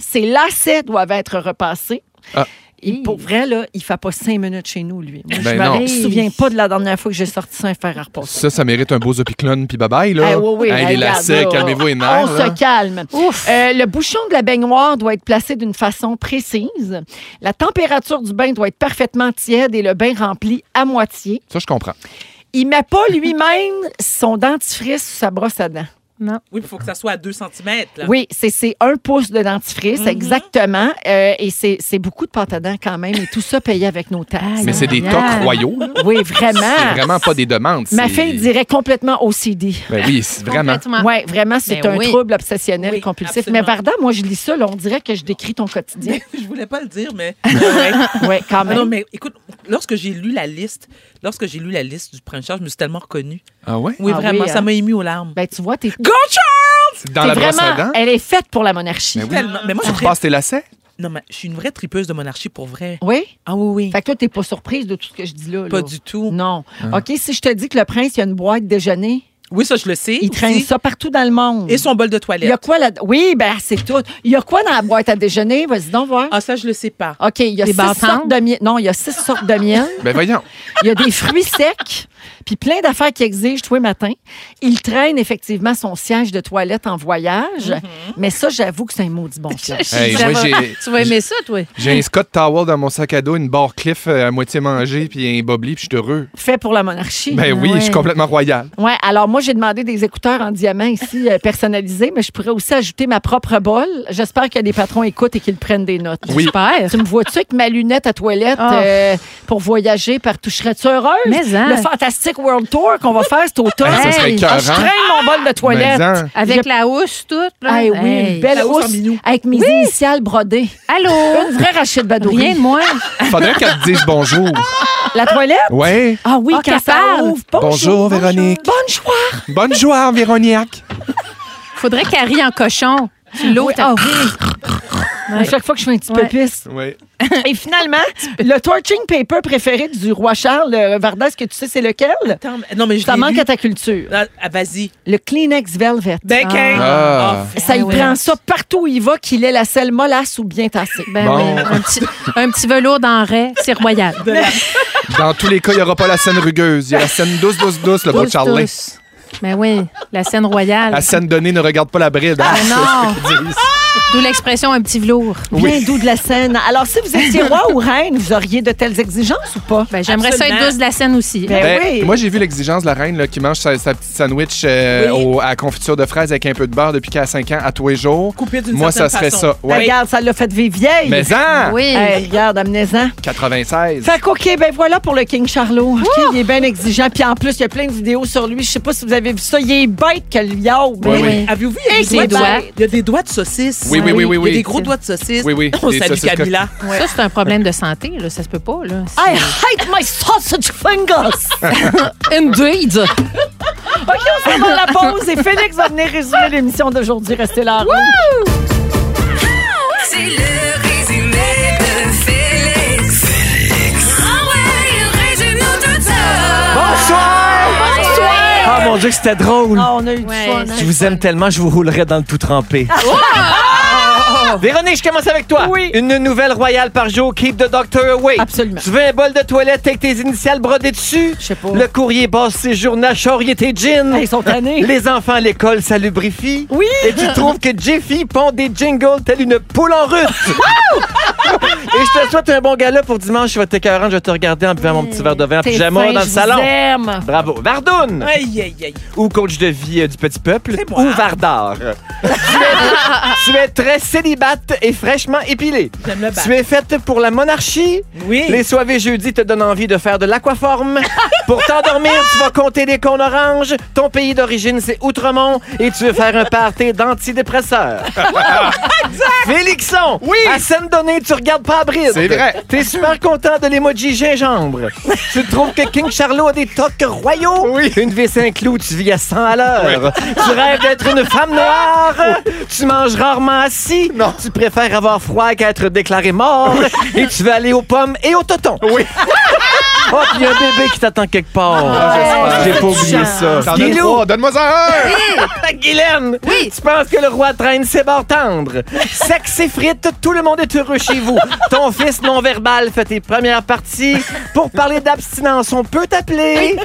A: Ses lacets doivent être repassés.
C: Ah.
A: Et pour vrai, là, il ne fait pas cinq minutes chez nous, lui. Moi,
C: Ben
A: je
C: non.
A: me souviens pas de la dernière fois que j'ai sorti ça un fer à repasser.
C: Ça, ça mérite un beau zopiclone puis bye-bye, là.
A: Eh oui, oui,
C: Hey, les
A: regarde,
C: lacets,
A: là.
C: calmez-vous les nerfs.
A: On
C: là.
A: se calme. Euh, le bouchon de la baignoire doit être placé d'une façon précise. La température du bain doit être parfaitement tiède et le bain rempli à moitié.
C: Ça, je comprends.
A: Ah, Il met pas lui-même son dentifrice sous sa brosse à dents.
B: Non.
D: Oui, il faut que ça soit à 2 cm.
A: Oui, c'est- c'est un pouce de dentifrice,
D: Mm-hmm.
A: exactement. Euh, et c'est c'est beaucoup de pâte à dents quand même. Et tout ça payé avec nos taxes.
C: Mais c'est des tocs royaux. là.
A: Oui, vraiment.
C: C'est vraiment pas des demandes.
A: Ah. Ma
C: c'est-
A: fille dirait complètement OCD.
C: Ben oui, c'est vraiment.
A: Oui, vraiment, c'est
D: Ben
A: un
D: oui.
A: trouble obsessionnel compulsif. Mais Varda, moi, je lis ça, là, on dirait que je décris ton quotidien.
D: Je voulais pas le dire, mais. Ouais.
A: Ouais, quand même.
D: Ben Ah Non, mais écoute, lorsque j'ai lu la liste, lorsque j'ai lu la liste du prince Charles, je me suis tellement reconnue.
C: Ah ouais?
D: Oui,
A: Ah
D: vraiment,
A: oui,
D: ça
A: hein?
D: m'a ému aux larmes.
A: Ben, tu vois, t'es.
D: Go Charles!
C: Dans la brosse à dents?
A: Elle est faite pour la monarchie.
C: Ben oui.
D: Tellement. Mais moi, je
C: Tu
D: suis très-
C: repasses tes lacets?
D: Non, mais je suis une vraie tripeuse de monarchie pour vrai.
A: Oui?
D: Ah oui, oui.
A: Fait que toi, t'es pas surprise de tout ce que je dis là. mm.
D: Pas du
A: tout. Non.
C: Ah.
A: OK, si je te dis que le prince, il a une boîte déjeuner.
D: Oui, ça, je le sais.
A: Il traîne
D: aussi.
A: ça partout dans le monde.
D: Et son bol de
A: Il y a
D: toilette.
A: quoi là Oui, ben c'est tout. Il y a quoi dans la boîte à déjeuner Vas-y donc voir.
D: Ah, ça, je le sais pas.
A: OK, il y a
D: Des
A: six
D: bâtons?
A: sortes de miel. Non, il y a six sortes de miel.
C: Ben voyons.
A: Il y a des fruits secs, puis plein d'affaires qui exigent tous les matins. Il traîne effectivement son siège de toilette en voyage,
D: Mm-hmm.
A: mais ça, j'avoue que c'est un maudit bon siège.
C: Hey, moi, j'ai-
B: tu vas aimer ça, toi.
C: J'ai un Scott Towel dans mon sac à dos, une barre cliff euh, à moitié mangée, puis un bobli, puis je suis heureux.
A: Fait pour la monarchie.
C: Ben oui, je suis complètement royal.
A: Ouais, alors moi j'ai demandé des écouteurs en diamant ici euh, personnalisés, mais je pourrais aussi ajouter ma propre bol. J'espère que les patrons écoutent et qu'ils prennent des notes.
C: Oui.
B: J'espère.
A: Tu me vois-tu avec ma lunette à toilette
B: Ah.
A: euh, pour voyager partout? Je serais-tu heureuse?
B: Mais hein.
A: Le Fantastic World Tour qu'on va faire cet automne.
C: Hey, ça serait
A: Ah, je
C: écœurant.
A: traîne mon bol de toilette.
C: Mais hein.
B: Avec
A: Je-
B: la housse toute. Là.
A: Ah oui, une belle
B: La housse en
A: housse
B: minou.
A: avec mes
B: Oui.
A: initiales brodées.
B: Allô?
A: Une vraie Rachid Badouri.
B: Rien de moins.
C: Faudrait qu'elle te dise bonjour.
A: La toilette?
C: Ouais.
A: Ah oui,
B: Ah,
A: quand
B: qu'elle
A: ça
B: parle.
A: ouvre. Bonjour.
C: Bonjour, Véronique.
A: Bonjour.
C: Bonne joie, Véronique.
B: Faudrait qu'elle rie en cochon. Tu l'ouvres. t'as-
A: Ah, À chaque fois que je fais un petit
B: Ouais.
A: pépiste.
C: Oui.
A: Et finalement, le torching paper préféré du roi Charles, euh, Varda, est-ce que tu sais c'est lequel?
D: Attends, mais- non, mais je
A: Ça
D: l'ai
A: manque
D: lu.
A: à ta culture.
D: Ah, ah, Vas-y.
A: Le Kleenex Velvet.
D: Ben, qu'un-
C: Ah.
D: Oh,
A: Ça, il
B: oui.
A: prend ça partout où il va, qu'il ait la selle mollasse ou bien tassée.
B: Ben
C: Bon.
B: oui, un petit, un petit velours d'enraie, c'est royal.
C: Dans tous les cas, il n'y aura pas la scène rugueuse. Il y a la scène douce, douce, douce, le beau
B: Tous,
C: Charlie.
B: tous. Ben oui, la scène royale.
C: La scène donnée ne regarde pas la bride. hein.
B: Ben non, d'où l'expression un petit velours.
A: Bien doux de la scène. Alors, si vous étiez roi ou reine, vous auriez de telles exigences ou pas?
B: Ben, j'aimerais ça être
D: Absolument.
B: douce de la scène aussi.
A: Ben,
C: Ben,
A: oui.
C: Moi, j'ai vu l'exigence de la reine là, qui mange sa, sa petite sandwich euh,
D: Oui.
C: au- à confiture de fraises avec un peu de beurre depuis qu'elle a 5 ans à tous les jours.
D: Coupé d'une
C: Moi, ça serait
D: certaine façon.
C: ça.
A: Ben,
C: Ouais.
A: regarde, ça l'a fait vivre vieille.
C: Mais hein, en
B: oui.
A: Hey, regarde, amenez-en.
C: 96.
A: Fait qu'OK, ben voilà pour le King Charlot. OK, il est bien exigeant. Puis en plus, il y a plein de vidéos sur lui. Je sais pas si vous avez vu ça. Il est bête que le Ben, yo.
C: Oui, oui.
D: Avez-vous vu? Il y a
A: Et
D: des
A: ses
D: doigts-
B: doigts.
D: Il y a des doigts de saucisse.
C: Oui, oui, oui, oui,
D: Il y a
C: oui.
D: des gros doigts de saucisse.
C: Oui, oui,
D: On
C: des
D: salue
C: saucisses
D: Camilla.
B: Ça, c'est un problème de santé, là. ça se peut pas. Là.
A: I
B: C'est-
A: hate my sausage fingers.
B: Indeed!
A: OK, on s'en va à la pause et Félix va venir résumer l'émission d'aujourd'hui. Restez là. en ronde.
F: C'est le résumé de Félix. Félix. Ah ouais, il résume tout ça.
C: Bonsoir!
F: Bonsoir.
A: Ah, mon
M: mon Dieu, que c'était drôle.
A: Ah, on a eu du fun. hein?
M: Je vous aime tellement, je vous roulerai dans le tout trempé. Véronique, je commence avec toi. Oui. Une nouvelle royale par jour. Keep the doctor away. Absolument. Tu veux un bol de toilette avec tes initiales brodées dessus? Je sais pas. Le courrier passe ses journées à charrier tes jeans.
A: Ils sont tannés.
M: Les enfants à l'école, ça lubrifie.
A: Oui.
M: Et tu trouves que Jeffy pond des jingles telle une poule en rut. Et je te souhaite un bon gala pour dimanche. Je vais t'écœurant, je vais te regarder en buvant mon petit verre de vin en
A: T'es
M: pyjama
A: fin,
M: dans le
A: je vous
M: salon.
A: aime.
M: Bravo. Vardoun.
D: Aïe, aïe, aïe.
M: Ou coach de vie euh, du petit peuple. Ou Vardar. Tu es très célibate et fraîchement épilée.
D: J'aime le bac.
M: Tu es faite pour la monarchie.
D: Oui.
M: Les soirées jeudi te donnent envie de faire de l'aquaforme. pour t'endormir, tu vas compter des cons oranges. Ton pays d'origine, c'est Outremont. Et tu veux faire un party d'antidépresseurs. Félixon! Oui! À scène donnée, tu regardes pas Abril.
C: C'est vrai.
M: T'es super content de l'emoji gingembre. tu trouves que King Charlot a des toques royaux? Oui. Une vis un clou, tu vis à 100 à l'heure. Tu rêves d'être une femme noire. Tu manges rarement assis. Non. Tu préfères avoir froid qu'à être déclaré mort. Et tu veux aller aux pommes et aux totons. Oui. Oh, puis il y a un bébé qui t'attend quelque part.
C: Ah, j'espère.
M: J'ai pas
C: Touchant.
M: oublié ça.
C: T'en donnes
M: Guilou.
C: trois, donne-moi ça
M: Guylaine, tu penses que le roi traîne ses bords tendres. Sexe et frites, tout le monde est heureux chez vous. Ton fils non-verbal fait tes premières parties. Pour parler d'abstinence, on peut t'appeler.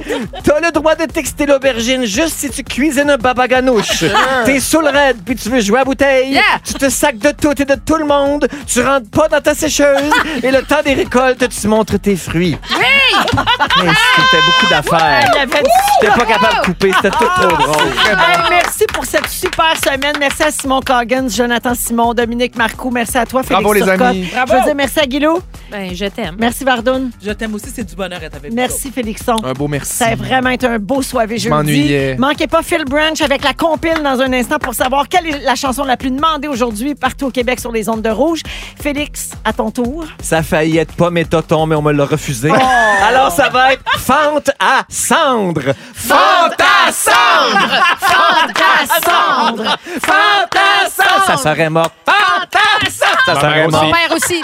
M: T'as le droit de texter l'aubergine juste si tu cuisines un baba ganouche. T'es saoul raide, puis tu veux jouer à bouteille. Tu te sacs de tout et de tout le monde. Tu rentres pas dans ta sécheuse. et le temps des récoltes, tu montres tes fruits.
G: Oui!
M: Mais C'était beaucoup d'affaires.
A: Il avait dit-
M: J'étais pas capable de couper, c'était tout trop drôle.
A: Hey, merci pour cette super semaine. Merci à Simon Coggins, Jonathan Simon, Dominique Marcoux. Merci à toi, Félix
D: Bravo, les
A: Turcotte.
D: amis. Bravo.
A: Je veux dire merci à Guilou.
B: Ben, je t'aime.
A: Merci, Vardoun.
D: Je t'aime aussi, c'est du bonheur d'être avec
A: Merci, Félixon.
C: Un beau merci.
A: Ça a vraiment été un beau soirée jeudi.
C: m'ennuyais.
A: Manquez pas Phil Branch avec la compile dans un instant pour savoir quelle est la chanson la plus demandée aujourd'hui partout au Québec sur les ondes de rouge. Félix, à ton tour.
M: Ça a failli être pas mes totons, mais on me l'a refusé. Alors ça va être Fente à cendre. Fente à cendre!
G: Fantassandre!
M: Ça serait mort. Fente à cendre! Ça
G: Mon
M: serait
G: père
M: mort.
G: aussi.